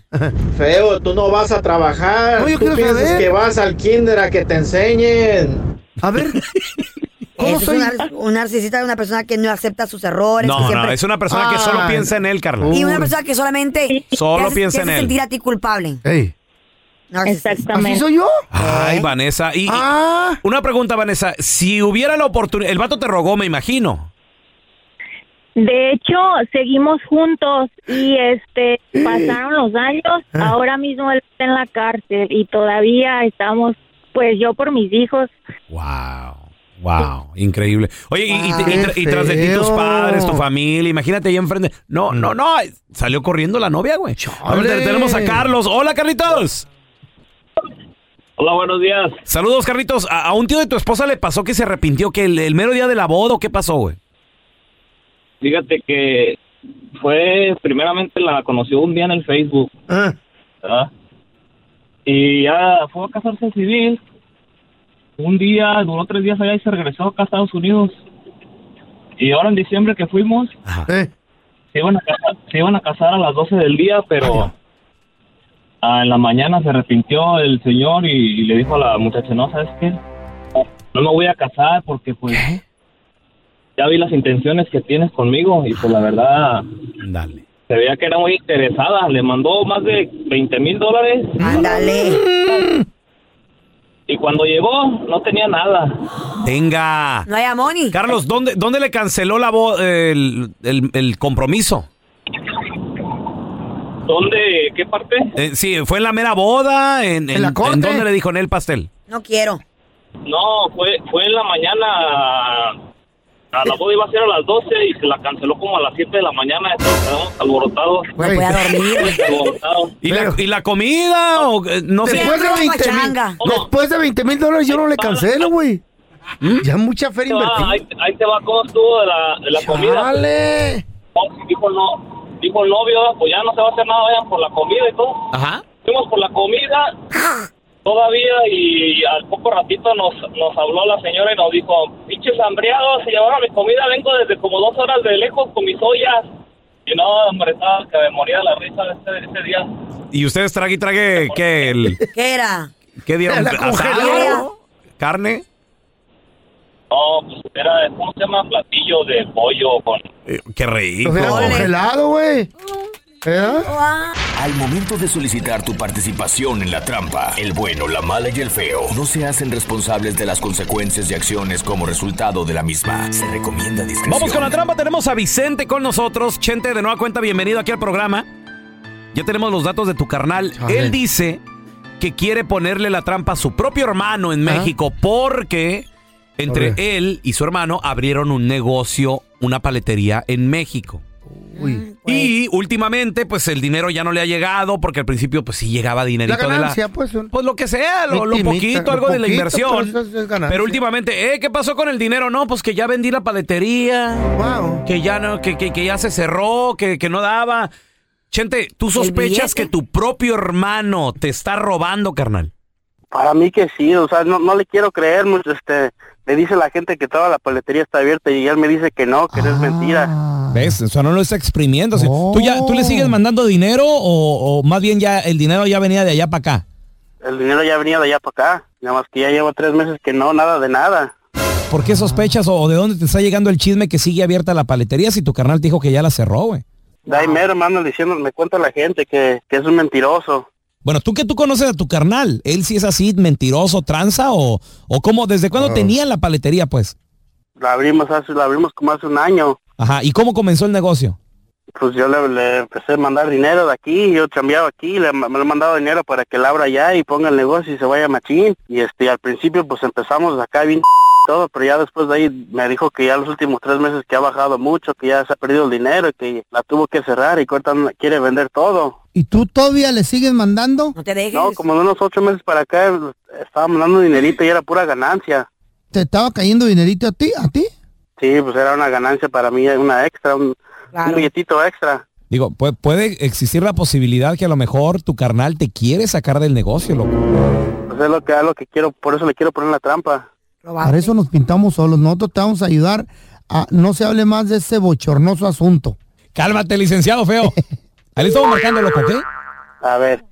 Feo, tú no vas a trabajar.
No, yo
tú
quiero
piensas
saber.
que vas al kinder a que te enseñen.
A ver.
Eso es un, nar- un narcisista es una persona que no acepta sus errores.
No,
que
no,
siempre-
es una persona que solo
Ah.
piensa en él, Carla.
Y una persona que solamente
Solo
te hace-
piensa
te
en
hace
él.
sentir a ti culpable.
Ey.
Exactamente.
¿Así soy yo?
¿Eh?
Ay, Vanessa. Y, y
Ah.
una pregunta, Vanessa. Si hubiera la oportunidad, el vato te rogó, me imagino.
De hecho, seguimos juntos y este pasaron los años. Ahora mismo él está en la cárcel y todavía estamos, pues yo por mis hijos.
Wow, increíble. Oye, y, y-
Ah,
y tra-
qué
y tras de ti tus
feo.
padres, tu familia, imagínate ahí enfrente. No, no, no, eh, salió corriendo la novia, güey. A ver, te- tenemos a Carlos. Hola, Carlitos.
Hola, buenos días.
Saludos, Carlitos. A, a un tío de tu esposa le pasó que se arrepintió, que el, el mero día de la boda, ¿o ¿qué pasó, güey?
Fíjate que fue, primeramente la conoció un día en el Facebook, ¿verdad? Y ya fue a casarse civil. Un día, duró tres días allá y se regresó acá a Estados Unidos. Y ahora en diciembre que fuimos, se, iban a casar, se iban a casar a las 12 del día, pero ah, en la mañana se arrepintió el señor y, y le dijo a la muchacha, no, ¿sabes qué? No me voy a casar porque pues... Ya vi las intenciones que tienes conmigo y pues la verdad
Dale.
se veía que era muy interesada. Le mandó más de 20 mil dólares.
Ándale.
Y cuando llegó, no tenía nada.
Venga.
No hay amoni.
Carlos, ¿dónde, dónde le canceló la bo- el, el- el compromiso?
¿Dónde? ¿Qué parte?
Eh, sí, fue en la mera boda, en, en- ¿en dónde le dijo en el pastel.
No quiero.
No, fue, fue en la mañana. A la boda iba a ser a las 12 y se la canceló como a las 7 de la mañana. Entonces quedamos alborotados. No
voy a dormir.
alborotados.
¿Y, la, y la comida? o, eh, no sé.
después, de 20 mil, después de 20 mil dólares yo no le cancelo, güey.
¿Mm?
Ya mucha
Ahí
feria
te va,
invertida.
ahí, ahí te va cómo estuvo de la, de la comida.
Chale.
No, dijo, no, dijo el novio, pues ya no se va a hacer nada, vayan por la comida y todo.
Ajá.
Fuimos por la comida todavía y al poco ratito nos, nos habló la señora y nos dijo, pinches hambriados, se llevaron mi comida, vengo desde como dos horas de lejos con mis ollas. Y no, hombre, estaba que me moría de la risa ese, ese día.
¿Y ustedes trague y trague qué? El,
¿Qué era?
¿Qué dieron? ¿Asado? ¿Carne?
No, pues era, ¿cómo se llama? Platillo de pollo con...
Eh, Qué rico.
Congelado, güey. ¿Eh?
Al momento de solicitar tu participación en la trampa, el bueno, la mala y el feo no se hacen responsables de las consecuencias y acciones como resultado de la misma. Se recomienda discreción.
Vamos con la trampa, tenemos a Vicente con nosotros. Chente, de nueva cuenta, bienvenido aquí al programa. Ya tenemos los datos de tu carnal. Él dice que quiere ponerle la trampa a su propio hermano en México porque entre él y su hermano abrieron un negocio, una paletería en México. Y últimamente, pues el dinero ya no le ha llegado porque al principio, pues sí llegaba
La
dinerito
ganancia,
de
pues.
Pues lo que sea, la. Lo, lo poquito, algo de la inversión. Pero, últimamente, eh, ¿qué pasó con el dinero? No, pues que ya vendí la paletería. Que ya no, que, que- que ya se cerró, que, que no daba. Chente, ¿tú sospechas que tu propio hermano te está robando, carnal?
Para mí que sí, o sea, no, no le quiero creer, mucho, este, me dice la gente que toda la paletería está abierta y él me dice que no, que no es mentira.
¿Ves? O sea, no lo está exprimiendo. Si- ¿Tú, ya, ¿Tú le sigues mandando dinero o, o más bien ya el dinero ya venía de allá para acá?
El dinero ya venía de allá para acá, nada más que ya llevo tres meses que no, nada de nada.
¿Por qué sospechas o, o de dónde te está llegando el chisme que sigue abierta la paletería si tu carnal te dijo que ya la cerró, güey?
De ahí mero me andan diciendo, me cuenta la gente que, que es un mentiroso.
Bueno, tú que tú conoces a tu carnal, él sí es así, mentiroso, tranza o, o cómo, desde cuándo
Ah.
tenía la paletería, pues.
La abrimos hace, la abrimos como hace un año.
Ajá, ¿y cómo comenzó el negocio?
Pues yo le, le empecé a mandar dinero de aquí, yo chambeaba aquí, le, ma- me le he mandado dinero para que la abra allá y ponga el negocio y se vaya machín. Y este, al principio pues empezamos acá bien todo, pero ya después de ahí me dijo que ya los últimos tres meses que ha bajado mucho, que ya se ha perdido el dinero y que la tuvo que cerrar y que ahorita no- quiere vender todo.
¿Y tú todavía le sigues mandando?
No te dejes.
No, como de unos ocho meses para acá estaba mandando dinerito y era pura ganancia.
¿Te estaba cayendo dinerito a ti? ¿A ti?
Sí, pues era una ganancia para mí, una extra, un, un
Claro.
billetito extra.
Digo, pu- puede existir la posibilidad que a lo mejor tu carnal te quiere sacar del negocio, loco.
Pues es lo que, es lo que quiero, por eso le quiero poner la trampa.
Para eso nos pintamos solos. Nosotros te vamos a ayudar a no se hable más de ese bochornoso asunto.
Cálmate, licenciado feo. Ahí le estamos marcando, loco, ¿ok?
A ver.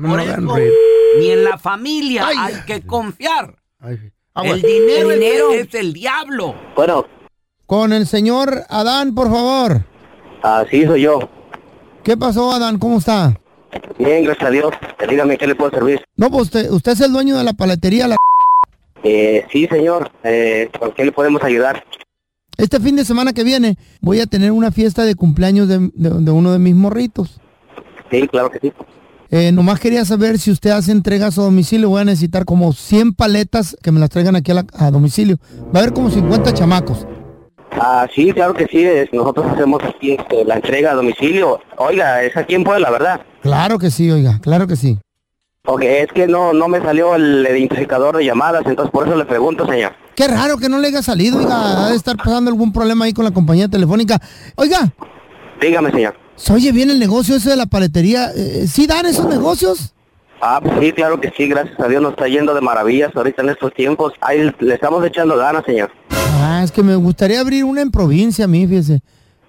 Por eso, ni en la familia hay que confiar. Ah, el dinero, es- Es, el diablo.
Bueno.
Con el señor Adán, por favor.
Así soy yo.
¿Qué pasó, Adán? ¿Cómo está?
Bien, gracias a Dios. Dígame, ¿qué le puedo servir?
No, pues usted, usted es el dueño de la paletería. la-
Eh, sí, señor. Eh, ¿Con qué le podemos ayudar?
Este fin de semana que viene voy a tener una fiesta de cumpleaños de, de- de uno de mis morritos.
Sí, claro que sí.
Eh, nomás quería saber si usted hace entregas a domicilio. Voy a necesitar como 100 paletas que me las traigan aquí a, la- a domicilio. Va a haber como 50 chamacos.
Ah, sí, claro que sí. es- Nosotros hacemos aquí este, la entrega a domicilio. Oiga, es aquí en Puebla, ¿verdad?
Claro que sí, oiga, claro que sí.
Porque es que no, no me salió el identificador de llamadas, entonces por eso le pregunto, señor.
Qué raro que no le haya salido, oiga, ha de estar pasando algún problema ahí con la compañía telefónica. Oiga,
Dígame, señor.
¿se oye bien el negocio ese de la paletería? Eh, ¿Sí dan esos negocios?
Ah, pues sí, claro que sí, gracias a Dios nos está yendo de maravillas ahorita en estos tiempos. Ahí le estamos echando ganas, señor.
Ah, es que me gustaría abrir una en provincia a mí, fíjese.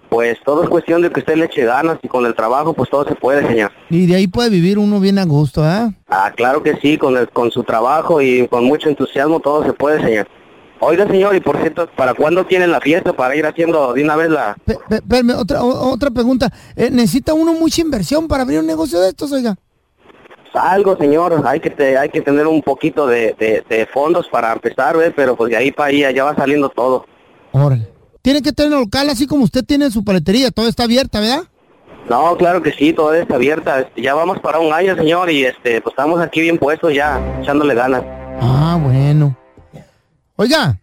Pues todo es cuestión de que usted le eche ganas y con el trabajo pues todo se puede, señor.
Y de ahí puede vivir uno bien a gusto, ¿ah?
Ah, claro que sí, con, el, con su trabajo y con mucho entusiasmo todo se puede, señor. Oiga, señor, y por cierto, ¿para cuándo tienen la fiesta para ir haciendo de una vez la...
Pe- pe- espérame, otra, o- otra pregunta. Eh, ¿Necesita uno mucha inversión para abrir un negocio de estos, oiga?
Algo, señor, hay que, te- hay que tener un poquito de, de- de fondos para empezar, ¿ve? pero pues de ahí para ahí ya va saliendo todo.
Órale. Tiene que tener local así como usted tiene en su paletería, todo está abierta, ¿verdad?
No, claro que sí, todo está abierta. Este, Ya vamos para un año, señor, y este, pues estamos aquí bien puestos ya, echándole ganas.
Ah, bueno. Oiga,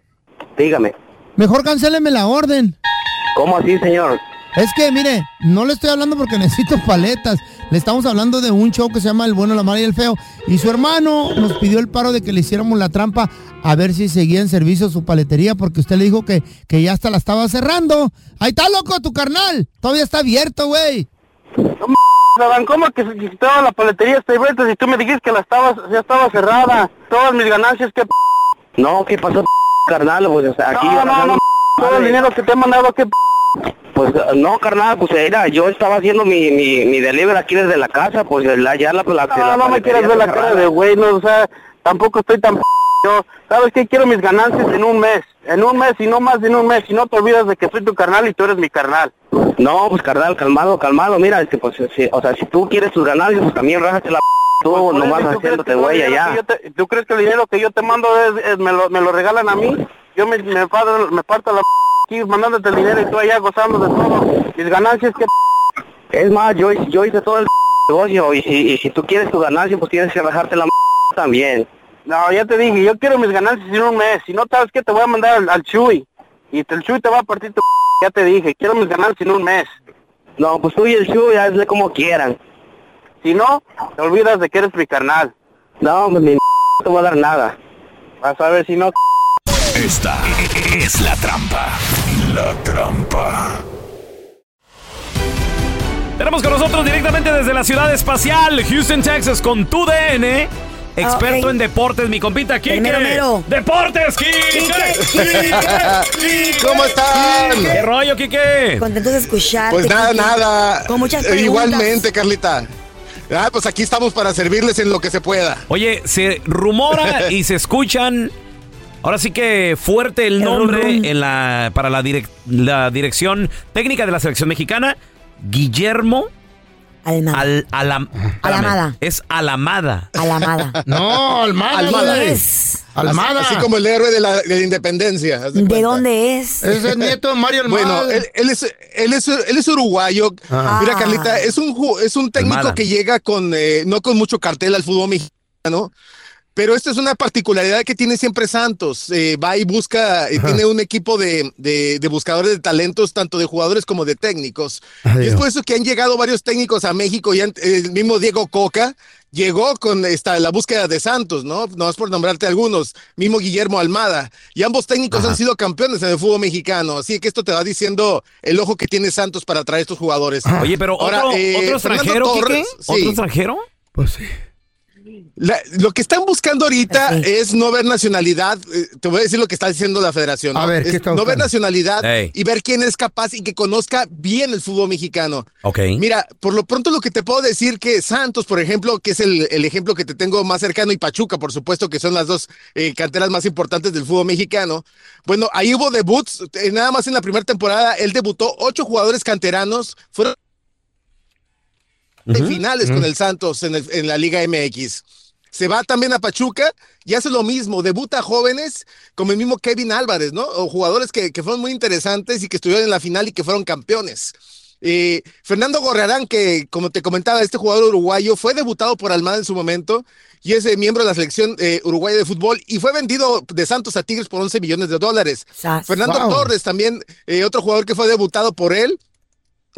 Dígame,
mejor cancéleme la orden.
¿cómo así, señor?
Es que, mire, no le estoy hablando porque necesito paletas. Le estamos hablando de un show que se llama El Bueno, la Mala y el Feo. Y su hermano nos pidió el paro de que le hiciéramos la trampa a ver si seguía en servicio su paletería porque usted le dijo que, que ya hasta la estaba cerrando. Ahí está, loco, tu carnal. Todavía está abierto, güey.
Adán, ¿cómo que, se- que toda la paletería está abierta si tú me dijiste que la estabas, ya estaba cerrada? Todas mis ganancias, ¿qué p-? No, ¿qué pasó, p-, carnal? Pues o sea, aquí... No, no, no, todo el dinero que te he mandado, ¿qué p-? Pues eh, no, carnal, pues era, yo estaba haciendo mi, mi, mi delivery aquí desde la casa, pues la, ya la... la No, Ah, no me quieras ver la cara de güey, no, o sea, tampoco estoy tan p- yo. ¿Sabes qué? Quiero mis ganancias en un mes, en un mes y no más en un mes, y no te olvidas de que soy tu carnal y tú eres mi carnal. No, pues carnal, calmado, calmado, mira, este, pues, si- o sea, si tú quieres tus ganancias, pues también rájate la p- Pues, tú nomás haciéndote güey allá. ¿Tú crees que el dinero que yo te mando es, es- me, lo, me lo regalan a mí? Yo me, me, parto, me parto la p- aquí mandándote el dinero y tú allá gozando de todo. Mis ganancias, ¿qué p-? Es más, yo, yo hice todo el negocio y si, y si tú quieres tu ganancia, pues tienes que bajarte la m también. No, ya te dije, yo quiero mis ganancias en un mes. Si no, ¿sabes qué? Te voy a mandar al, al Chuy. Y te- el Chuy te va a partir tu m- Ya te dije, quiero mis ganancias en un mes. No, pues tú y el Chuy, hazle como quieran. Si no, te olvidas de que eres mi carnal. No, pues ni m- te voy a dar nada. Vas a ver si no...
Esta es la trampa. La trampa.
Tenemos con nosotros directamente desde la ciudad espacial, Houston, Texas, con tu DN. Experto en deportes, mi compita Kike.
mero mero.
Deportes, Kike.
¿Cómo están?
¿Qué rollo, Kike?
Contentos de escucharte.
Pues nada,
Kike.
nada.
Con muchas
Eh,
preguntas.
Igualmente, Carlita. Ah, pues aquí estamos para servirles en lo que se pueda.
Oye, se rumora y se escuchan. Ahora sí que fuerte el nombre en la, para la, direc- la dirección técnica de la selección mexicana, Guillermo Al, Alam-
Alamada.
Es Alamada.
Alamada.
No, Almada. Almada.
¿Quién es?
Almada. Así como el héroe de la, de la independencia. haz
¿De
cuenta.
dónde es?
Ese Bueno, él, él es, él, es, él es uruguayo.
Ah.
Mira, Carlita, es un, ju- es un técnico
Almada.
que llega con, eh, no con mucho cartel al fútbol mexicano. Pero esta es una particularidad que tiene siempre Santos. Eh, va y busca, eh, tiene un equipo de, de- de buscadores de talentos, tanto de jugadores como de técnicos. Este
Ay,
Y es
Dios.
por eso que han llegado varios técnicos a México. Y han- el mismo Diego Coca llegó con esta, la búsqueda de Santos, ¿no? No es por nombrarte algunos. Mismo Guillermo Almada. Y ambos técnicos han sido campeones en el fútbol mexicano. Así que esto te va diciendo el ojo que tiene Santos para traer estos jugadores.
Oye, pero otro,
eh,
otro
Fernando
extranjero, Kike.
Torres,
¿Otro
sí.
extranjero?
La- lo que están buscando ahorita es no ver nacionalidad. eh, Te voy a decir lo que está diciendo la federación. ¿no?
A ver, ¿qué
Es
está
no ver
buscando?
nacionalidad
Ey.
y ver quién es capaz y que conozca bien el fútbol mexicano.
Ok.
Mira, por lo pronto lo que te puedo decir que Santos, por ejemplo, que es el, el ejemplo que te tengo más cercano, y Pachuca, por supuesto, que son las dos eh, canteras más importantes del fútbol mexicano. Bueno, ahí hubo debuts, eh, nada más en la primera temporada, él debutó ocho jugadores canteranos, fueron de finales con el Santos en, el- en la Liga MX. Se va también a Pachuca y hace lo mismo, debuta a jóvenes como el mismo Kevin Álvarez, ¿no? O jugadores que, que fueron muy interesantes y que estuvieron en la final y que fueron campeones. Eh, Fernando Gorrearán, que como te comentaba, este jugador uruguayo fue debutado por Almada en su momento y es eh, miembro de la selección eh, uruguaya de fútbol y fue vendido de Santos a Tigres por 11 millones de dólares.
Sas.
Fernando
Wow.
Torres también, eh, otro jugador que fue debutado por él,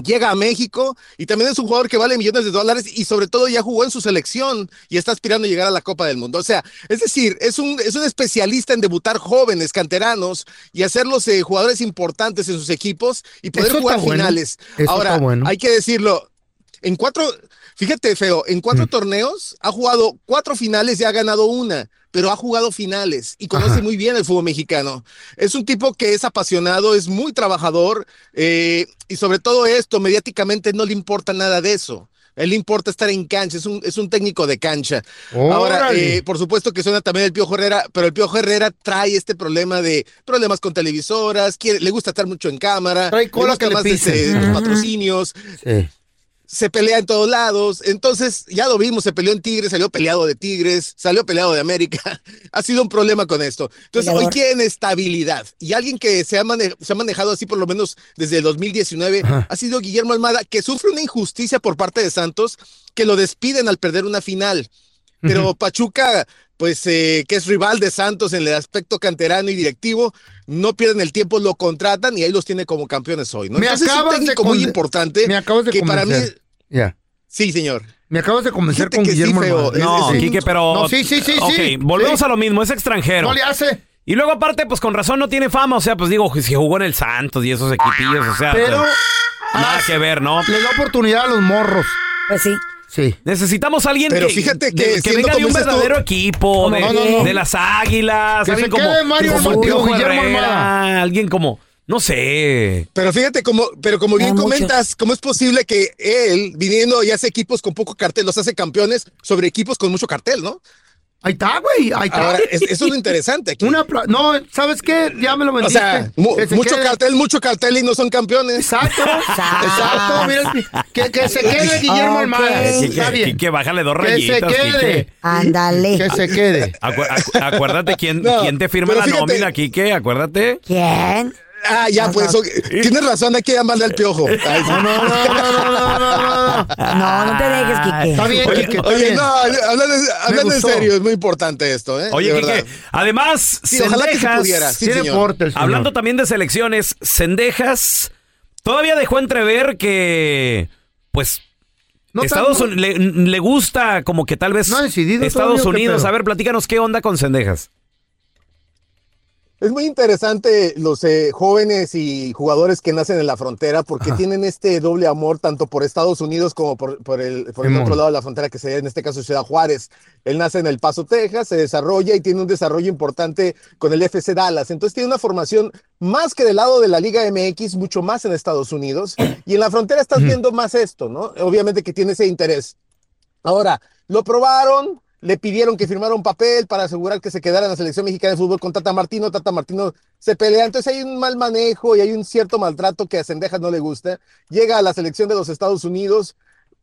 llega a México y también es un jugador que vale millones de dólares y sobre todo ya jugó en su selección y está aspirando a llegar a la Copa del Mundo. O sea, es decir, es un, es un especialista en debutar jóvenes, canteranos y hacerlos eh, jugadores importantes en sus equipos y poder
Eso está
jugar
bueno.
finales.
Eso
Ahora,
está bueno.
hay que decirlo, en cuatro, fíjate feo, en
Mm.
cuatro torneos ha jugado cuatro finales y ha ganado una, pero ha jugado finales y conoce muy bien el fútbol mexicano. Es un tipo que es apasionado, es muy trabajador eh, y sobre todo esto, mediáticamente no le importa nada de eso. A él le importa estar en cancha, es un, es un técnico de cancha. Ahora,
Órale.
eh, por supuesto que suena también el Piojo Herrera, pero el Piojo Herrera trae este problema de problemas con televisoras, quiere- le gusta estar mucho en cámara,
Trae cola
le gusta
que le
más, este,
pisen.
los
Ujú.
patrocinios, se pelea en todos lados. Entonces, ya lo vimos, se peleó en Tigres, salió peleado de Tigres, salió peleado de América. ha sido un problema con esto. Entonces, hoy
Peleador.
quieren estabilidad. Y alguien que se ha, mane- se ha manejado así por lo menos desde el 2019
Ajá.
ha sido Guillermo Almada, que sufre una injusticia por parte de Santos, que lo despiden al perder una final. Pero Pachuca, pues eh, que es rival de Santos en el aspecto canterano y directivo, no pierden el tiempo, lo contratan y ahí los tiene como campeones hoy. ¿no?
Me
Entonces, es un
acabas de
técnico muy
conven-
importante
Me acabas de
que para mí
convencer. Ya.
Sí, señor.
Me acabas de convencer
Fíjate
con
que sí,
Guillermo
feo.
Almada.
No,
Sí.
Quique, pero.
No, sí, sí, sí,
Ok,
sí.
volvemos
Sí.
a lo mismo, es extranjero.
No le hace.
Y luego, aparte, pues con razón no tiene fama. O sea, pues digo, si jugó en el Santos y esos equipillos, o sea.
Pero- ah,
pues, Nada que ver, ¿no?
Le da oportunidad a los morros.
Pues sí.
Sí.
Necesitamos a alguien
Pero
que,
fíjate que
de-
siendo
venga de
como
un
dices tú-
verdadero equipo,
No,
de,
no, no, no.
de las águilas,
Que se
alguien
quede
como,
Mario
como
Martín,
Piojo
Guillermo
Herrera,
Almada.
alguien como, no sé.
Pero fíjate como, pero como bien
muchos.
comentas, cómo es posible que él, viniendo y hace equipos con poco cartel, los hace campeones sobre equipos con mucho cartel, ¿no?
Ahí está, güey. Ahí está.
Ahora, es- eso es lo interesante aquí.
Una pla- no, ¿sabes qué? Ya me lo
O
vendiste.
sea, mu-
Que se
mucho
quede-
cartel, mucho cartel y no son campeones.
Exacto, exacto. Mira, que, que se quede Guillermo
Ah, Ok.
Almada. Está bien.
Quique, bájale dos
Que se
rayitas,
quede.
Quique.
Ándale.
Que se quede.
Acu- acu- acuérdate quién, quién te firma
pero
la
fíjate.
nómina, Quique, acuérdate.
¿Quién?
Ah, ya, pues, ok. tienes razón, hay que llamarle al piojo. Ay, sí.
No, no, no, no, no, no, no, no. No, no te dejes, Quique.
Ah, Está bien,
Oye,
Quique, está
oye,
bien.
no, hablando, hablando en
gustó.
serio, es muy importante esto, ¿eh?
Oye,
De
Quique,
verdad.
además,
Sí,
Cendejas.
ojalá que se pudiera, sí, señor.
Hablando también de selecciones, Cendejas todavía dejó entrever que, pues,
No
Estados
tan-
Unidos le, le gusta como que tal vez
No ha decidido
Estados
todavía, ¿qué
Unidos.
pedo?
A ver, platícanos qué onda con Cendejas.
Es muy interesante los eh, jóvenes y jugadores que nacen en la frontera porque tienen este doble amor tanto por Estados Unidos como por, por el, por el
Simón.
otro lado de la frontera que sería en este caso Ciudad Juárez. Él nace en El Paso, Texas, se desarrolla y tiene un desarrollo importante con el FC Dallas. Entonces tiene una formación más que del lado de la Liga MX, mucho más en Estados Unidos. Y en la frontera estás viendo más esto, ¿no? Obviamente que tiene ese interés. Ahora, lo probaron, le pidieron que firmara un papel para asegurar que se quedara en la selección mexicana de fútbol con Tata Martino, Tata Martino se pelea, entonces hay un mal manejo y hay un cierto maltrato que a Sendejas no le gusta, llega a la selección de los Estados Unidos,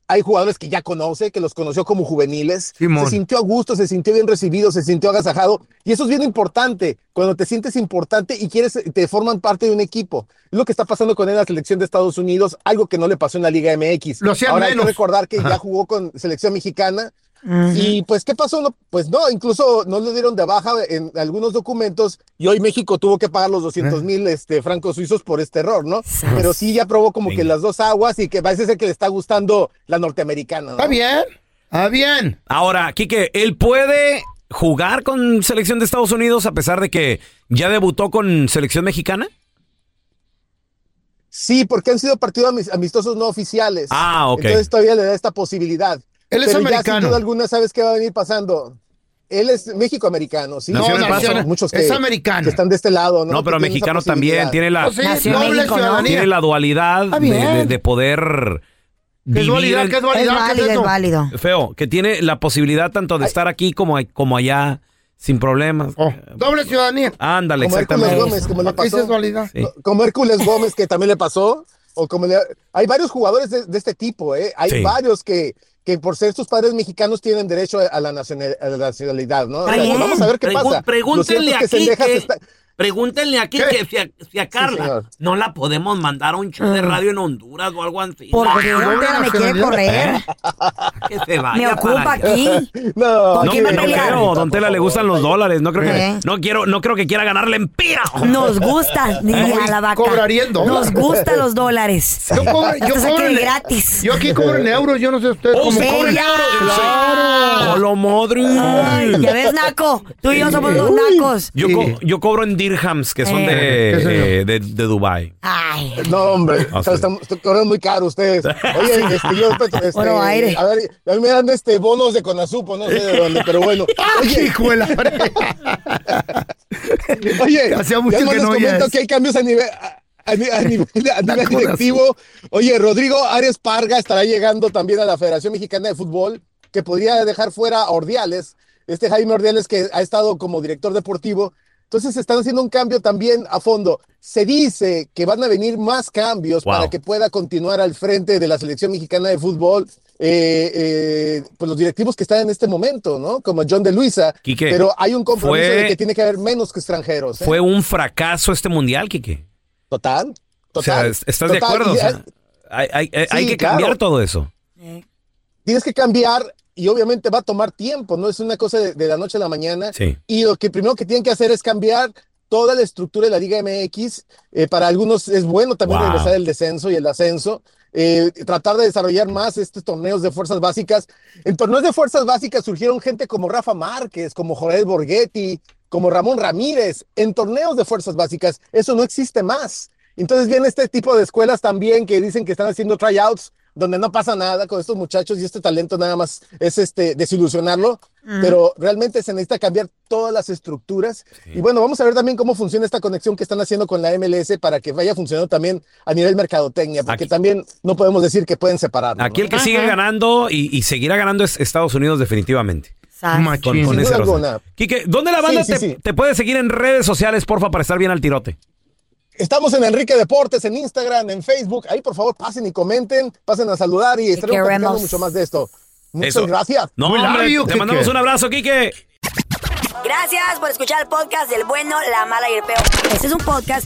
hay jugadores que ya conoce, que los conoció como juveniles,
Simón.
se sintió a gusto, se sintió bien recibido, se sintió agasajado, y eso es bien importante, cuando te sientes importante y quieres, te forman parte de un equipo, es lo que está pasando con él en la selección de Estados Unidos, algo que no le pasó en la Liga MX.
Lo hacían
Ahora hay que
menos.
recordar que
Ajá.
ya jugó con selección mexicana,
Ujú.
y pues, ¿qué pasó? No, pues no, incluso no le dieron de baja en algunos documentos y hoy México tuvo que pagar los 200 mil este, francos suizos por este error, ¿no? Pero sí ya probó como que las dos aguas y que parece ser que le está gustando la norteamericana. ¿no?
Está bien. Está bien.
Ahora, Quique, él puede jugar con selección de Estados Unidos a pesar de que ya debutó con selección mexicana.
Sí, porque han sido partidos amis- amistosos no oficiales.
Ah, ok.
Entonces todavía le da esta posibilidad.
Él es
Pero Ya,
americano.
sin duda alguna, ¿sabes qué va a venir pasando? Él es México-americano, ¿sí?
No,
Sí,
no,
hay
nacional-
muchos que,
es americano.
que están de este lado, ¿no?
No, pero
Que tienen esa
mexicano también
posibilidad.
tiene la,
Oh, sí,
Nació en
doble
México, ¿no?
ciudadanía.
tiene la dualidad
Está
de,
bien.
de- de poder
¿Qué es
vivir
dualidad?
en-
¿Qué es dualidad?
Es
¿Qué
válido,
eso?
es válido.
feo, que tiene la posibilidad tanto de estar aquí como, como allá sin problemas.
Doble ciudadanía.
Ándale,
Oh. Como Hércules
exactamente.
Gómez, como le
Esa es
pasó.
dualidad.
Sí.
como Hércules Gómez, que también le pasó, o como le- hay varios jugadores de, de este tipo, ¿eh? Hay
Sí.
varios que, que por ser sus padres mexicanos tienen derecho a, a la, nacional- a la nacionalidad, ¿no? O sea,
Está bien.
vamos a ver qué
Pregun-
pasa. Lo cierto
Pregúntenle
es
aquí.
que Sendejas
que-
está-
Pregúntenle aquí que si a, si a Carla
señor.
no la podemos mandar a un show
Ah.
de radio en Honduras o algo así.
Porque si no,
No,
Honduras me quiere correr.
Que se vaya
Me ocupa
para allá.
aquí.
No,
¿Con
No,
quién va a
no
pelear?
creo, Don Tela le gustan los dólares, no creo
Eh.
que no quiero no creo que quiera ganarle en pira.
Nos gusta, diría la vaca.
cobraría en
Nos
dólares.
gustan los dólares.
Yo cobro,
Hasta
yo cobro
saqué
en-
gratis.
Yo aquí cobro en euros, yo no sé ustedes cómo
¡Bella!
cobran.
¡Claro!
Oh, Hola madre.
Ay, ya ves, Naco. Tú y yo somos los nacos.
Yo, co- yo cobro en dirhams que son
Eh.
¿Qué señor?
de, eh, de, de Dubai.
Ay.
No, hombre,
Ah,
o sea,
sí.
están, están cobrando muy caro ustedes. Oye, este, yo respeto, este,
Bueno, aire.
A ver, a mí me dan este bonos de Conazupo, no sé de dónde, pero bueno. Oye,
Hijo de la fre-
Oye,
Hacía
ya
mucho
más
que
les
no
comento
oías.
que hay cambios a nivel, a, a ni- a nivel, a nivel
Con
directivo. Oye, Rodrigo Ares Parga estará llegando también a la Federación Mexicana de Fútbol, que podría dejar fuera a Ordiales, este Jaime Ordiales que ha estado como director deportivo. Entonces están haciendo un cambio también a fondo. Se dice que van a venir más cambios
Wow.
para que pueda continuar al frente de la selección mexicana de fútbol, eh, eh, pues los directivos que están en este momento, ¿no? Como John de Luisa.
Quique,
Pero hay un compromiso
fue-
de que tiene que haber menos que extranjeros. ¿eh?
Fue un fracaso este mundial, Kike.
Total.
O sea,
Total.
¿est- ¿estás de
total,
acuerdo?
y,
O sea,
eh,
hay, hay- hay- hay
sí,
que cambiar
claro.
todo eso.
tienes que cambiar y obviamente va a tomar tiempo, no es una cosa de, de la noche a la mañana.
Sí.
Y lo que primero que tienen que hacer es cambiar toda la estructura de la Liga MX. Eh, para algunos es bueno también
Wow.
regresar el descenso y el ascenso. Eh, tratar de desarrollar más estos torneos de fuerzas básicas. En torneos de fuerzas básicas surgieron gente como Rafa Márquez, como Jorge Borghetti, como Ramón Ramírez. En torneos de fuerzas básicas, eso no existe más. Entonces viene este tipo de escuelas también que dicen que están haciendo tryouts donde no pasa nada con estos muchachos y este talento nada más es este desilusionarlo, pero realmente se necesita cambiar todas las estructuras. Y bueno, vamos a ver también cómo funciona esta conexión que están haciendo con la MLS para que vaya funcionando también a nivel mercadotecnia, porque también no podemos decir que pueden separarnos.
Aquí el que
¿no?
sigue ganando y, y seguirá ganando es Estados Unidos definitivamente. Con, con
Sin
ese
duda
razón.
alguna.
Quique, ¿dónde la banda
Sí,
te,
sí, sí.
te puede seguir en redes sociales, porfa, para estar bien al tirote?
Estamos en Enrique Deportes, en Instagram, en Facebook. Ahí, por favor, pasen y comenten, pasen a saludar y estaremos platicando
queremos.
mucho más de esto. Muchas
Eso.
gracias.
No, hombre, te mandamos un abrazo, Quique.
Gracias por escuchar el podcast del bueno, la mala y el peor. Este es un podcast